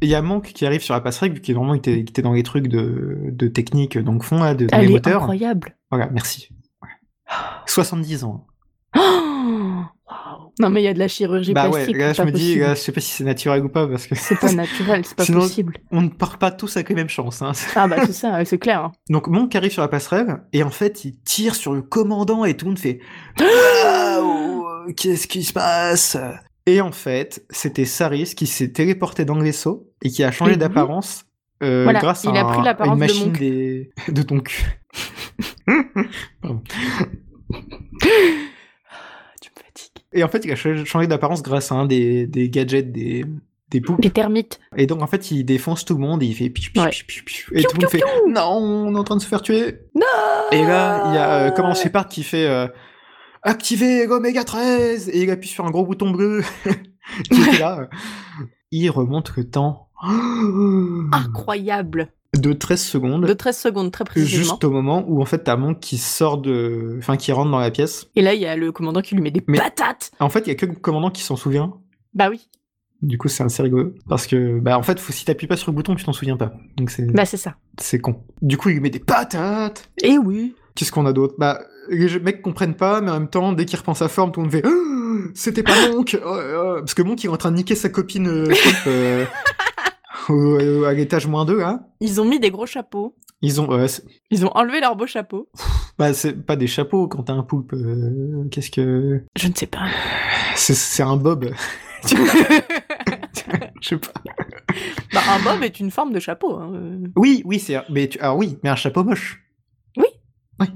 Speaker 7: il y a Monk qui arrive sur la passerelle, vu qu'il vraiment était, qu'il était dans les trucs de, de technique, donc fond, là, de, dans les
Speaker 8: Elle est
Speaker 7: moteurs.
Speaker 8: incroyable. Ah.
Speaker 7: Voilà, merci. Ouais. 70 ans.
Speaker 8: Oh Waouh. non, mais il y a de la chirurgie
Speaker 7: Bah ouais,
Speaker 8: plastique.
Speaker 7: là
Speaker 8: c'est
Speaker 7: je
Speaker 8: pas
Speaker 7: me dis,
Speaker 8: possible.
Speaker 7: là, je sais pas si c'est naturel ou pas, parce que
Speaker 8: C'est pas naturel, c'est pas
Speaker 7: Sinon-
Speaker 8: possible.
Speaker 7: on ne part pas tous avec les mêmes chances. hein.
Speaker 8: Ah bah, c'est ça, c'est clair. hein.
Speaker 7: Donc Monk arrive sur la passerelle, et en fait il tire sur le commandant, et tout le monde fait Waouh, qu'est-ce qui se passe Et en fait, c'était Saris qui s'est téléporté dans le vaisseau, et qui a changé
Speaker 8: Mhm.
Speaker 7: d'apparence. euh,
Speaker 8: Voilà,
Speaker 7: grâce
Speaker 8: il
Speaker 7: à,
Speaker 8: a pris
Speaker 7: un- à
Speaker 8: l'apparence
Speaker 7: une
Speaker 8: de
Speaker 7: machine
Speaker 8: Monk.
Speaker 7: des- de ton cul.
Speaker 8: Ah, Tu me fatigues.
Speaker 7: Et en fait, il a ch- changé d'apparence grâce à un des, des gadgets des, des poupes.
Speaker 8: Les termites.
Speaker 7: Et donc, en fait, il défonce tout le monde et il fait piou, piou,
Speaker 8: Ouais.
Speaker 7: piou, piou, piou. Et tout le monde fait Non, on est en train de se faire tuer. et là, il y a euh, comment Shepard qui fait euh, Activer l'Oméga 13 Et il appuie sur un gros bouton bleu. qui était là. Il remonte le temps
Speaker 8: Mm. Incroyable.
Speaker 7: de 13 secondes.
Speaker 8: De 13 secondes, très précisément.
Speaker 7: Juste au moment où en fait t'as Monk qui sort de, enfin qui rentre dans la pièce.
Speaker 8: Et là, il y a le commandant qui lui met des
Speaker 7: Mais-
Speaker 8: patates.
Speaker 7: En fait, il y a que le commandant qui s'en souvient.
Speaker 8: Bah oui,
Speaker 7: Du coup, c'est assez rigolo parce que bah en fait, faut, si t'appuies pas sur le bouton, tu t'en souviens pas. Donc c'est
Speaker 8: bah c'est ça.
Speaker 7: c'est con. Du coup, il lui met des patates.
Speaker 8: Et oui.
Speaker 7: Qu'est-ce qu'on a d'autre Bah, les jeux- mecs comprennent pas, mais en même temps, dès qu'ils repensent à forme, tout le monde fait Ah, C'était pas Monk euh, euh. Parce que Monk, il est en train de niquer sa copine euh, Poulpe, euh, au- euh, à l'étage moins 2, hein.
Speaker 8: Ils ont mis des gros chapeaux.
Speaker 7: Ils ont. euh, c'est-
Speaker 8: Ils ont enlevé leurs beaux chapeaux.
Speaker 7: bah, c'est pas des chapeaux quand t'as un poulpe. euh, Qu'est-ce que.
Speaker 8: Je ne sais pas.
Speaker 7: C'est- C'est un bob. Je sais pas.
Speaker 8: Bah, un bob est une forme de chapeau. hein. Euh,
Speaker 7: Oui, oui, c'est. un- Mais tu... Alors oui, mais un chapeau moche.
Speaker 8: Oui.
Speaker 7: Oui.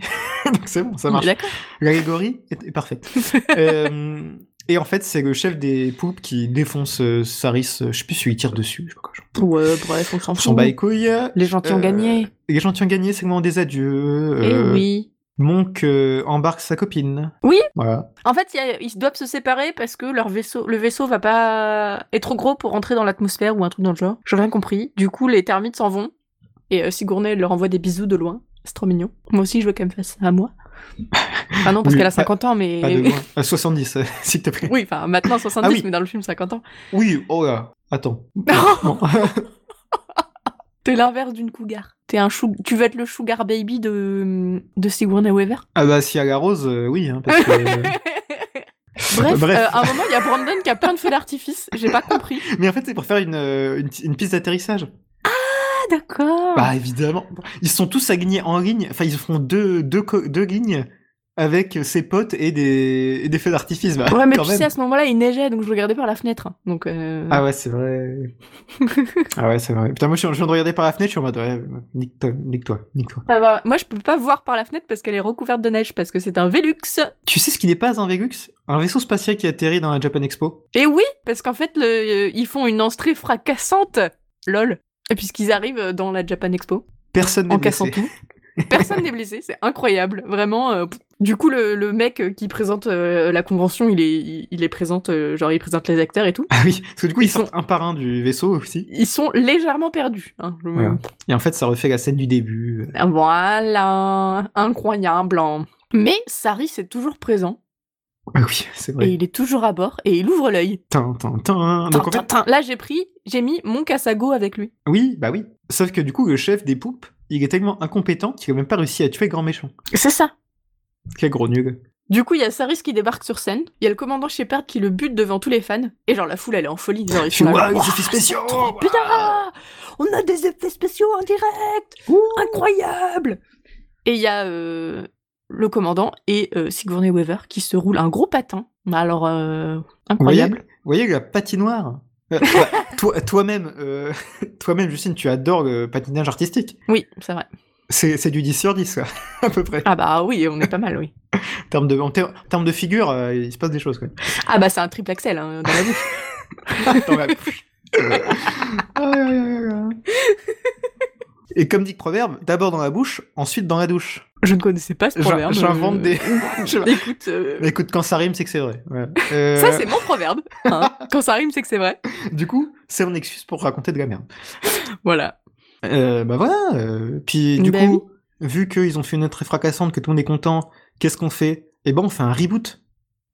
Speaker 7: Donc c'est bon, ça
Speaker 8: On est
Speaker 7: marche.
Speaker 8: D'accord.
Speaker 7: L'allégorie est, est parfaite. Euh, et en fait, c'est le chef des poupes qui défonce euh, Saris. euh, Je sais plus s'il tire dessus. Je sais pas quoi. je-
Speaker 8: Ouais, bref, on s'en
Speaker 7: On s'en
Speaker 8: fout.
Speaker 7: bat les couilles.
Speaker 8: Les gens qui ont
Speaker 7: Euh,
Speaker 8: gagné.
Speaker 7: Les gens qui ont gagné, c'est le moment des adieux.
Speaker 8: Eh
Speaker 7: Euh,
Speaker 8: oui.
Speaker 7: Monk euh, embarque sa copine.
Speaker 8: Oui.
Speaker 7: Voilà.
Speaker 8: En fait, il y a- ils doivent se séparer parce que leur vaisseau, le vaisseau va pas est trop gros pour rentrer dans l'atmosphère ou un truc dans le genre. J'ai rien compris. Du coup, les termites s'en vont et euh, Sigourney leur envoie des bisous de loin. C'est trop mignon. Moi aussi, je veux qu'elle me fasse ça à moi. Enfin non, parce
Speaker 7: Oui,
Speaker 8: qu'elle a
Speaker 7: pas-
Speaker 8: 50 ans, mais
Speaker 7: Pas de loin. À 70, euh, s'il te plaît.
Speaker 8: Eh oui, enfin maintenant 70,
Speaker 7: Ah oui.
Speaker 8: mais dans le film 50 ans.
Speaker 7: Oui, oh là. Attends. Bon.
Speaker 8: T'es l'inverse d'une cougar. T'es un chou... Tu veux être le sugar baby de de Sigourney Weaver.
Speaker 7: ah bah, si à la rose, euh, oui. hein, parce que-
Speaker 8: Bref,
Speaker 7: Bref.
Speaker 8: euh, à un moment, il y a Brandon qui a plein de feux d'artifice. J'ai pas compris.
Speaker 7: Mais en fait, c'est pour faire une, euh, une, une piste d'atterrissage.
Speaker 8: Ah d'accord.
Speaker 7: Bah évidemment. Ils sont tous alignés en ligne. Enfin, ils font deux, deux, co- deux lignes avec ses potes et des, et des feux d'artifice. Bah,
Speaker 8: Ouais, mais
Speaker 7: quand
Speaker 8: tu
Speaker 7: même.
Speaker 8: sais, à ce moment-là, il neigeait, donc je regardais par la fenêtre. Donc, euh...
Speaker 7: Ah ouais, c'est vrai. ah ouais, c'est vrai. Putain, moi, je, suis- je viens de regarder par la fenêtre, je suis en mode, ouais, nique-toi, nique-toi, nique-toi.
Speaker 8: ça va. Moi, je peux pas voir par la fenêtre parce qu'elle est recouverte de neige, parce que c'est un Velux.
Speaker 7: Tu sais ce qui n'est pas un Vegux Un vaisseau spatial qui atterrit dans la Japan Expo.
Speaker 8: Et oui, parce qu'en fait, le... euh, ils font une entrée fracassante. Lol. Et puisqu'ils arrivent euh, dans la Japan Expo,
Speaker 7: Personne n'est
Speaker 8: en cassant
Speaker 7: blessé.
Speaker 8: tout. Personne n'est blessé, c'est incroyable, vraiment. euh, pff. du coup, le, le mec euh, qui présente euh, la convention, il est, il, il les présente, euh, genre il présente les acteurs et tout.
Speaker 7: Ah oui, parce que du coup, ils,
Speaker 8: Ils sont-
Speaker 7: sortent un par un du vaisseau aussi.
Speaker 8: Ils sont légèrement perdus. hein, je-
Speaker 7: Voilà. Et en fait, ça refait la scène du début.
Speaker 8: Voilà, incroyable. hein. Mais Sari c'est toujours présent
Speaker 7: Ah oui, c'est
Speaker 8: et
Speaker 7: vrai.
Speaker 8: il est toujours à bord et il ouvre l'œil.
Speaker 7: Tin, tin, tin. Donc en fait,
Speaker 8: Tin, tin, tin. Là j'ai pris, j'ai mis mon Kasago avec lui.
Speaker 7: Oui, bah oui. Sauf que du coup, le chef des poupes, il est tellement incompétent qu'il a même pas réussi à tuer le grand méchant.
Speaker 8: C'est ça.
Speaker 7: Quel gros nul.
Speaker 8: Du coup, il y a Saris qui débarque sur scène, il y a le commandant Shepard qui le bute devant tous les fans, et genre la foule elle est en folie. Genre, ils
Speaker 7: Je
Speaker 8: sont là, genre,
Speaker 7: vois, les
Speaker 8: Ouah,
Speaker 7: effets spéciaux
Speaker 8: Oh, Putain On a des effets spéciaux en direct Incroyable Et il y a euh, le commandant et euh, Sigourney Weaver qui se roulent un gros patin. Mais alors, euh,
Speaker 7: Vous voyez,
Speaker 8: incroyable.
Speaker 7: vous voyez la patinoire Euh, toi- toi, toi-même, euh, toi-même, Justine, tu adores le patinage artistique.
Speaker 8: Oui, c'est vrai.
Speaker 7: C'est, c'est du 10 sur 10, quoi, à peu près.
Speaker 8: Ah bah oui, on est pas mal, oui.
Speaker 7: En termes de, en ter- en termes de figure, euh, il se passe des choses, quoi.
Speaker 8: Ah bah c'est un triple axel hein, dans la bouche.
Speaker 7: Dans la bouche. Euh, ah, ouais, ouais, ouais, ouais. Et comme dit le proverbe, d'abord dans la bouche, ensuite dans la douche.
Speaker 8: Je ne connaissais pas ce
Speaker 7: J'in-
Speaker 8: proverbe.
Speaker 7: J'invente
Speaker 8: euh,
Speaker 7: des... je-
Speaker 8: Écoute, euh,
Speaker 7: Mais écoute, quand ça rime, c'est que c'est vrai. Ouais. Euh,
Speaker 8: ça c'est mon proverbe. hein. Quand ça rime, c'est que c'est vrai.
Speaker 7: Du coup, c'est mon excuse pour raconter de la merde.
Speaker 8: Voilà.
Speaker 7: Euh, bah voilà. euh, Puis du
Speaker 8: Bah
Speaker 7: coup, vu qu'ils ont fait une note très fracassante, que tout le monde est content, qu'est-ce qu'on fait Eh ben, on fait un reboot.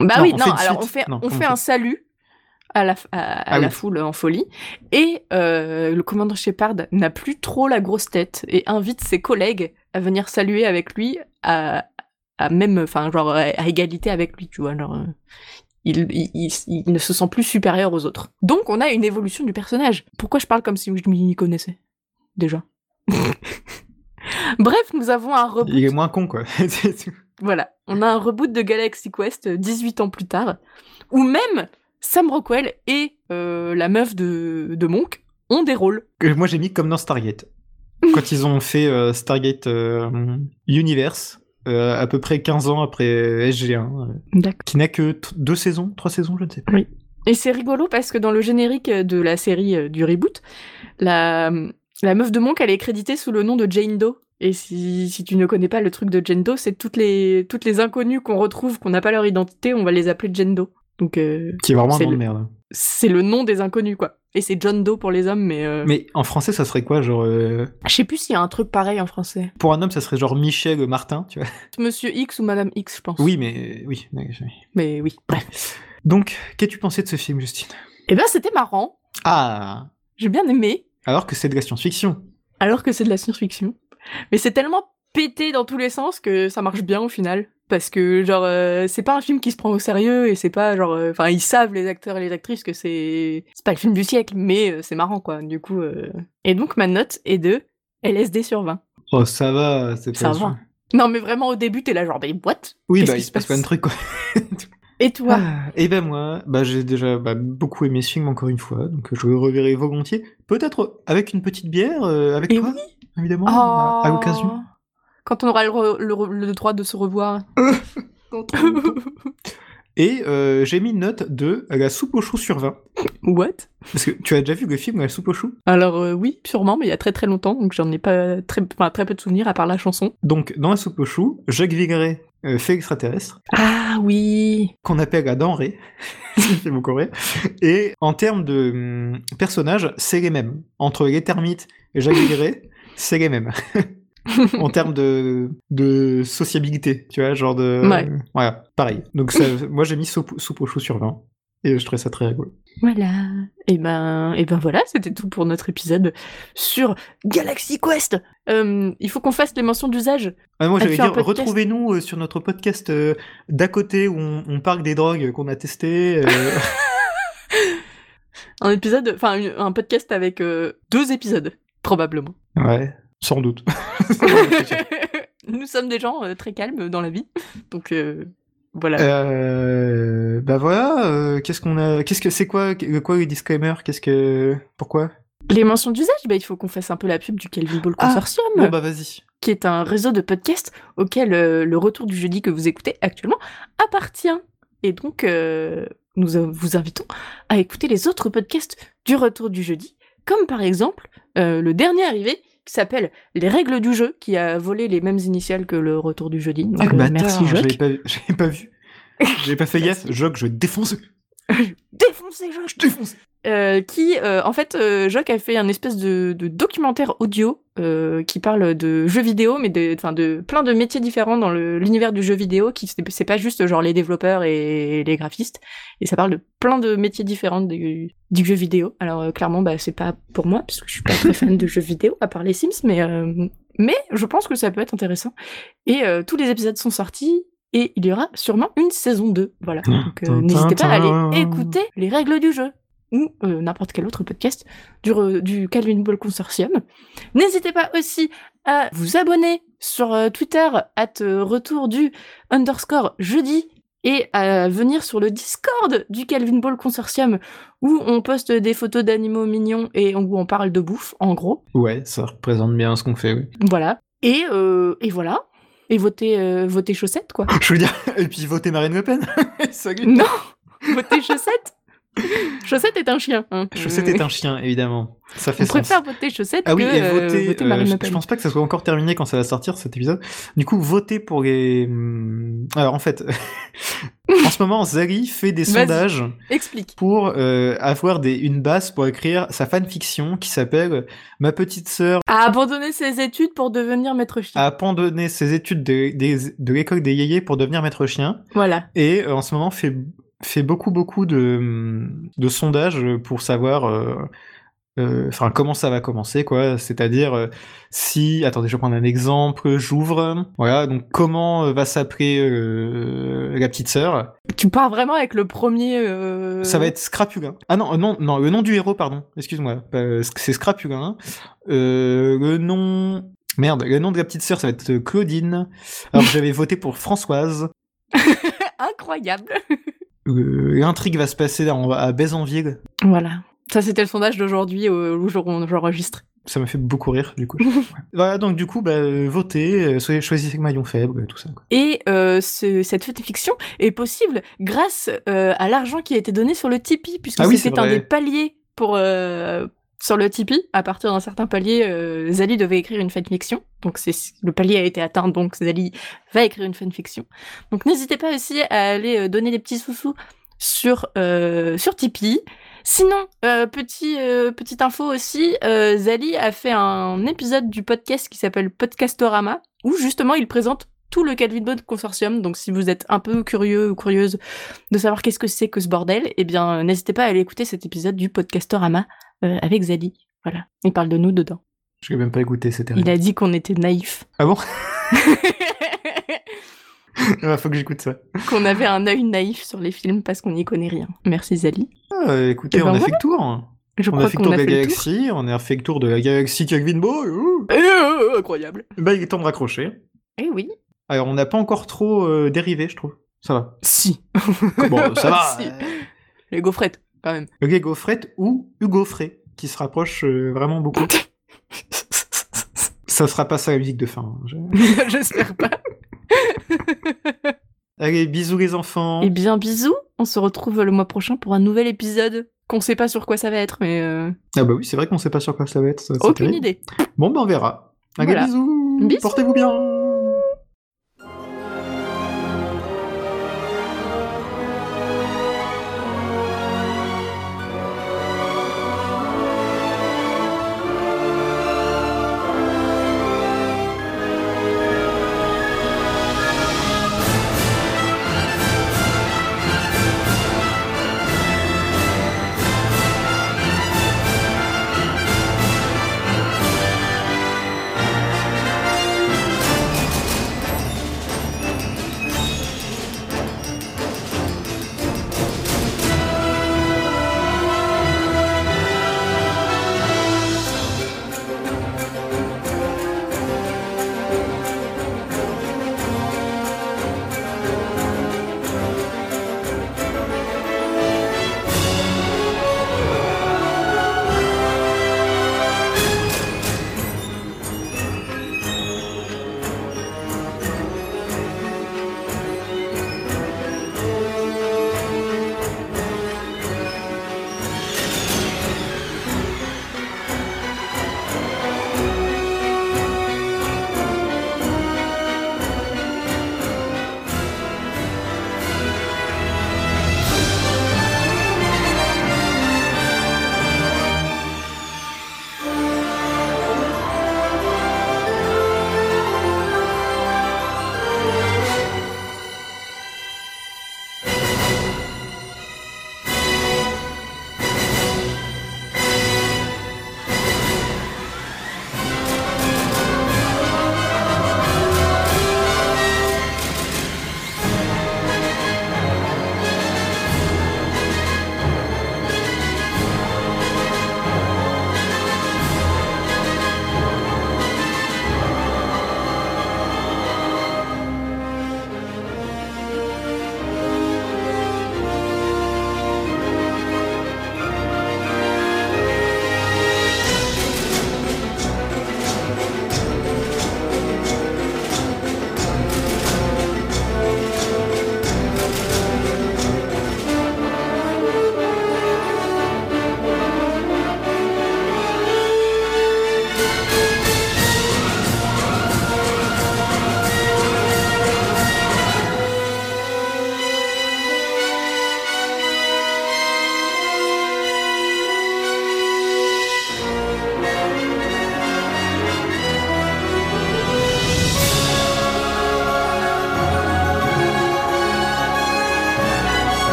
Speaker 8: Bah
Speaker 7: Non,
Speaker 8: oui,
Speaker 7: on
Speaker 8: non,
Speaker 7: fait une
Speaker 8: alors on
Speaker 7: suite.
Speaker 8: fait,
Speaker 7: Non,
Speaker 8: on
Speaker 7: comment
Speaker 8: fait
Speaker 7: on
Speaker 8: un
Speaker 7: fait
Speaker 8: salut à la, à, à
Speaker 7: Ah
Speaker 8: la
Speaker 7: oui.
Speaker 8: foule en folie. Et euh, le commandant Shepard n'a plus trop la grosse tête et invite ses collègues à venir saluer avec lui, à, à même, enfin, genre, à, à égalité avec lui, tu vois. Genre, euh, il, il, il, il ne se sent plus supérieur aux autres. Donc on a une évolution du personnage. Pourquoi je parle comme si je m'y connaissais Déjà. Bref, nous avons un reboot.
Speaker 7: Il est moins con, quoi. C'est tout.
Speaker 8: Voilà, on a un reboot de Galaxy Quest euh, 18 ans plus tard, où même Sam Rockwell et euh, la meuf de, de Monk ont des rôles.
Speaker 7: Que Moi, j'ai mis comme dans Stargate. Quand ils ont fait euh, Stargate euh, Universe, euh, à peu près 15 ans après SG1, euh,
Speaker 8: D'accord.
Speaker 7: qui n'a que t- deux saisons, trois saisons, je ne sais pas.
Speaker 8: Et c'est rigolo parce que dans le générique de la série euh, du reboot, la, la meuf de Monk, elle est créditée sous le nom de Jane Doe. Et si, si tu ne connais pas le truc de Jane Doe, c'est toutes les, toutes les inconnues qu'on retrouve, qu'on n'a pas leur identité, on va les appeler Jane Doe. Donc euh,
Speaker 7: Qui est vraiment un
Speaker 8: C'est
Speaker 7: nom de
Speaker 8: le-
Speaker 7: merde.
Speaker 8: c'est le nom des inconnus, quoi. Et c'est John Doe pour les hommes, mais... euh,
Speaker 7: Mais en français, ça serait quoi, genre euh,
Speaker 8: Je sais plus s'il y a un truc pareil en français.
Speaker 7: pour un homme, ça serait genre Michel Martin, tu vois
Speaker 8: Monsieur X ou Madame X, je pense.
Speaker 7: Oui, mais oui. mais-
Speaker 8: Mais oui, bref.
Speaker 7: Donc, qu'as-tu pensé de ce film, Justine
Speaker 8: Eh ben, c'était marrant.
Speaker 7: Ah,
Speaker 8: J'ai bien aimé,
Speaker 7: alors que c'est de la science-fiction.
Speaker 8: alors que c'est de la science-fiction. Mais c'est tellement pété dans tous les sens que ça marche bien au final. Parce que, genre, euh, c'est pas un film qui se prend au sérieux et c'est pas, genre... euh, Enfin, ils savent, les acteurs et les actrices, que c'est... C'est pas le film du siècle, mais euh, c'est marrant, quoi. Du coup... euh. Et donc, ma note est de LSD sur 20.
Speaker 7: Oh, ça va, c'est
Speaker 8: Ça
Speaker 7: pas
Speaker 8: va. Non, mais vraiment, au début, t'es là, genre, mais what
Speaker 7: Oui,
Speaker 8: Qu'est-ce
Speaker 7: bah,
Speaker 8: qui
Speaker 7: il se passe plein de trucs, quoi.
Speaker 8: Et toi
Speaker 7: Ah, et ben moi, bah, j'ai déjà bah, beaucoup aimé ce film encore une fois, donc euh, je le reverrai volontiers. Peut-être avec une petite bière, euh, avec
Speaker 8: Et Oh.
Speaker 7: toi, évidemment, à- à l'occasion.
Speaker 8: Ah. Quand on aura le, re- le re- le droit de se revoir.
Speaker 7: Et euh, j'ai mis une note de la soupe aux choux sur 20.
Speaker 8: What
Speaker 7: Parce que tu as déjà vu le film La soupe aux choux
Speaker 8: Alors euh, oui, sûrement, mais il y a très très longtemps, donc j'en ai pas très, enfin, très peu de souvenirs à part la chanson.
Speaker 7: Donc, dans La soupe aux choux, Jacques Vigaret euh, fait extraterrestre,
Speaker 8: Ah oui
Speaker 7: qu'on appelle la denrée, ça me fait beaucoup rire. Et en termes de hum, personnages, c'est les mêmes. Entre les termites et Jacques Vigaret, c'est les mêmes. en termes de, de sociabilité, tu vois, genre de.
Speaker 8: Ouais.
Speaker 7: Voilà, pareil. Donc, ça- moi j'ai mis soupe, soupe aux choux sur 20. Et je trouvais ça très rigolo.
Speaker 8: Voilà. Et ben, et ben voilà, c'était tout pour notre épisode sur Galaxy Quest. Euh, il faut qu'on fasse les mentions d'usage.
Speaker 7: Ah, moi,
Speaker 8: Ah,
Speaker 7: j'allais
Speaker 8: tu as un
Speaker 7: dire,
Speaker 8: podcast
Speaker 7: retrouvez-nous euh, sur notre podcast euh, d'à côté où on, on parle des drogues qu'on a testées. euh,
Speaker 8: Un épisode, enfin une- un podcast avec euh, deux épisodes, probablement.
Speaker 7: ouais, sans doute.
Speaker 8: Nous sommes des gens euh, très calmes dans la vie, donc euh, voilà.
Speaker 7: euh, bah voilà, euh, qu'est-ce qu'on a Qu'est-ce que c'est quoi euh, Quoi les disclaimers Qu'est-ce que Pourquoi
Speaker 8: Les mentions d'usage, bah, il faut qu'on fasse un peu la pub du Calvin Ball
Speaker 7: Ah,
Speaker 8: Consortium,
Speaker 7: Bon bah vas-y.
Speaker 8: qui est un réseau de podcasts auquel euh, le retour du jeudi que vous écoutez actuellement appartient. Et donc, euh, nous euh, vous invitons à écouter les autres podcasts du retour du jeudi, comme par exemple euh, le dernier arrivé qui s'appelle Les règles du jeu, qui a volé les mêmes initiales que le retour du jeudi. Donc,
Speaker 7: Ah,
Speaker 8: euh,
Speaker 7: bâtard,
Speaker 8: merci,
Speaker 7: je l'ai
Speaker 8: Jock.
Speaker 7: pas, je l'ai pas vu. J'ai pas fait gaffe. Jock, je vais te défoncer.
Speaker 8: Défoncez, Jock
Speaker 7: Je te défonce.
Speaker 8: Euh, qui, euh, en fait, euh, Jacques a fait un espèce de, de documentaire audio euh, qui parle de jeux vidéo, mais de, enfin, de plein de métiers différents dans le- l'univers du jeu vidéo. Qui c'est- c'est pas juste genre les développeurs et les graphistes, et ça parle de plein de métiers différents du, du jeu vidéo. Alors euh, clairement, bah c'est pas pour moi parce que je suis pas très fan de jeux vidéo à part les Sims, mais euh, mais je pense que ça peut être intéressant. Et euh, tous les épisodes sont sortis. Et il y aura sûrement une saison 2. Voilà. Donc euh,
Speaker 7: Ah, Tin,
Speaker 8: n'hésitez pas
Speaker 7: tin,
Speaker 8: à aller
Speaker 7: tin.
Speaker 8: écouter les règles du jeu ou euh, n'importe quel autre podcast du, re- du Calvin Ball Consortium. N'hésitez pas aussi à vous abonner sur euh, Twitter, at euh, retour du underscore jeudi, et à venir sur le Discord du Calvin Ball Consortium, où on poste des photos d'animaux mignons et où on parle de bouffe, en gros.
Speaker 7: Ouais, ça représente bien ce qu'on fait. Oui.
Speaker 8: Voilà. Et, euh, et voilà. Et votez, euh, votez chaussettes, quoi.
Speaker 7: Je veux dire, et puis voter Marine Le Pen. Salut.
Speaker 8: non Votez chaussettes Chaussette est un chien. hein.
Speaker 7: Chaussette est un chien, évidemment. Ça fait
Speaker 8: On
Speaker 7: sens.
Speaker 8: préfère voter chaussettes
Speaker 7: Ah oui,
Speaker 8: que
Speaker 7: et
Speaker 8: euh,
Speaker 7: voter.
Speaker 8: voter
Speaker 7: euh,
Speaker 8: Marine
Speaker 7: je,
Speaker 8: Le Pen.
Speaker 7: je pense pas que ça soit encore terminé quand ça va sortir cet épisode. Du coup, voter pour les. hum, Alors en fait, en ce moment, Zari fait des
Speaker 8: Vas-y.
Speaker 7: sondages
Speaker 8: Explique.
Speaker 7: pour euh, avoir des, une base pour écrire sa fanfiction qui s'appelle Ma petite sœur
Speaker 8: A abandonner ses études pour devenir maître chien.
Speaker 7: a abandonné ses études de, des- de l'école des yéyés pour devenir maître chien
Speaker 8: Voilà.
Speaker 7: et euh, en ce moment fait fait beaucoup beaucoup de hum, de sondages pour savoir euh, euh, enfin comment ça va commencer quoi c'est-à-dire euh, si attendez je vais prendre un exemple j'ouvre voilà donc comment euh, va s'appeler euh, la petite sœur
Speaker 8: Tu pars vraiment avec le premier. euh,
Speaker 7: ça va être Scrapulin ah non euh, non non le nom du héros pardon excuse-moi Euh, c'est Scrapulin Euh, le nom merde le nom de la petite sœur ça va être euh, Claudine alors j'avais voté pour Françoise
Speaker 8: Incroyable.
Speaker 7: Euh, l'intrigue va se passer en- à Bézanville
Speaker 8: Voilà. Ça, c'était le sondage d'aujourd'hui, euh, au jour où on- j'enregistre.
Speaker 7: Ça m'a fait beaucoup rire, du coup. Ouais. voilà, donc du coup, bah, euh, votez, euh, soyez- choisissez le maillon faible, euh, tout ça. quoi.
Speaker 8: Et euh, ce- cette fiction est possible grâce euh, à l'argent qui a été donné sur le Tipeee, puisque
Speaker 7: Ah oui,
Speaker 8: c'était
Speaker 7: c'est
Speaker 8: un
Speaker 7: vrai.
Speaker 8: des paliers pour. euh, sur le Tipeee, à partir d'un certain palier, euh, Zali devait écrire une fanfiction. Donc c'est le palier a été atteint, donc Zali va écrire une fanfiction. Donc n'hésitez pas aussi à aller euh, donner des petits sous-sous sur, euh, sur Tipeee. Sinon, euh, petit, euh, petite info aussi, euh, Zali a fait un épisode du podcast qui s'appelle Podcastorama, où justement il présente tout le Calvin Bond Consortium. Donc si vous êtes un peu curieux ou curieuse de savoir qu'est-ce que c'est que ce bordel, eh bien euh, n'hésitez pas à aller écouter cet épisode du Podcastorama euh, avec Zali. Voilà, il parle de nous dedans.
Speaker 7: Je l'ai même pas écouté, c'était
Speaker 8: Il a dit qu'on était naïfs.
Speaker 7: Ah bon Ah, Faut que j'écoute ça.
Speaker 8: qu'on avait un œil naïf sur les films parce qu'on n'y connaît rien. Merci Zali.
Speaker 7: Ah, euh, écoutez,
Speaker 8: Eh ben
Speaker 7: on a
Speaker 8: voilà.
Speaker 7: fait le tour. hein.
Speaker 8: Je
Speaker 7: On
Speaker 8: crois
Speaker 7: a fait le
Speaker 8: qu'on
Speaker 7: tour
Speaker 8: a
Speaker 7: de
Speaker 8: fait
Speaker 7: la
Speaker 8: le tour.
Speaker 7: galaxie, on a fait le tour de la galaxie Kevin Ball. ouh.
Speaker 8: Eh, euh, euh, incroyable.
Speaker 7: Bah, il est temps de raccrocher.
Speaker 8: Eh oui.
Speaker 7: Alors, on n'a pas encore trop euh, dérivé, je trouve. Ça va.
Speaker 8: Si.
Speaker 7: Bon, ça va.
Speaker 8: Si.
Speaker 7: euh,
Speaker 8: Les gaufrettes, quand même.
Speaker 7: Ok, Gaufrette ou Hugo Frey, qui se rapproche euh, vraiment beaucoup. Ça sera pas ça la musique de fin. hein. Je-
Speaker 8: J'espère pas.
Speaker 7: Allez, bisous les enfants.
Speaker 8: Eh bien, bisous. On se retrouve le mois prochain pour un nouvel épisode. Qu'on sait pas sur quoi ça va être, mais euh,
Speaker 7: Ah bah oui, c'est vrai qu'on sait pas sur quoi ça va être. ça, c'est
Speaker 8: aucune
Speaker 7: terrible.
Speaker 8: idée.
Speaker 7: Bon bah on verra. Allez,
Speaker 8: Voilà.
Speaker 7: bisous.
Speaker 8: Bisous.
Speaker 7: Portez-vous bien.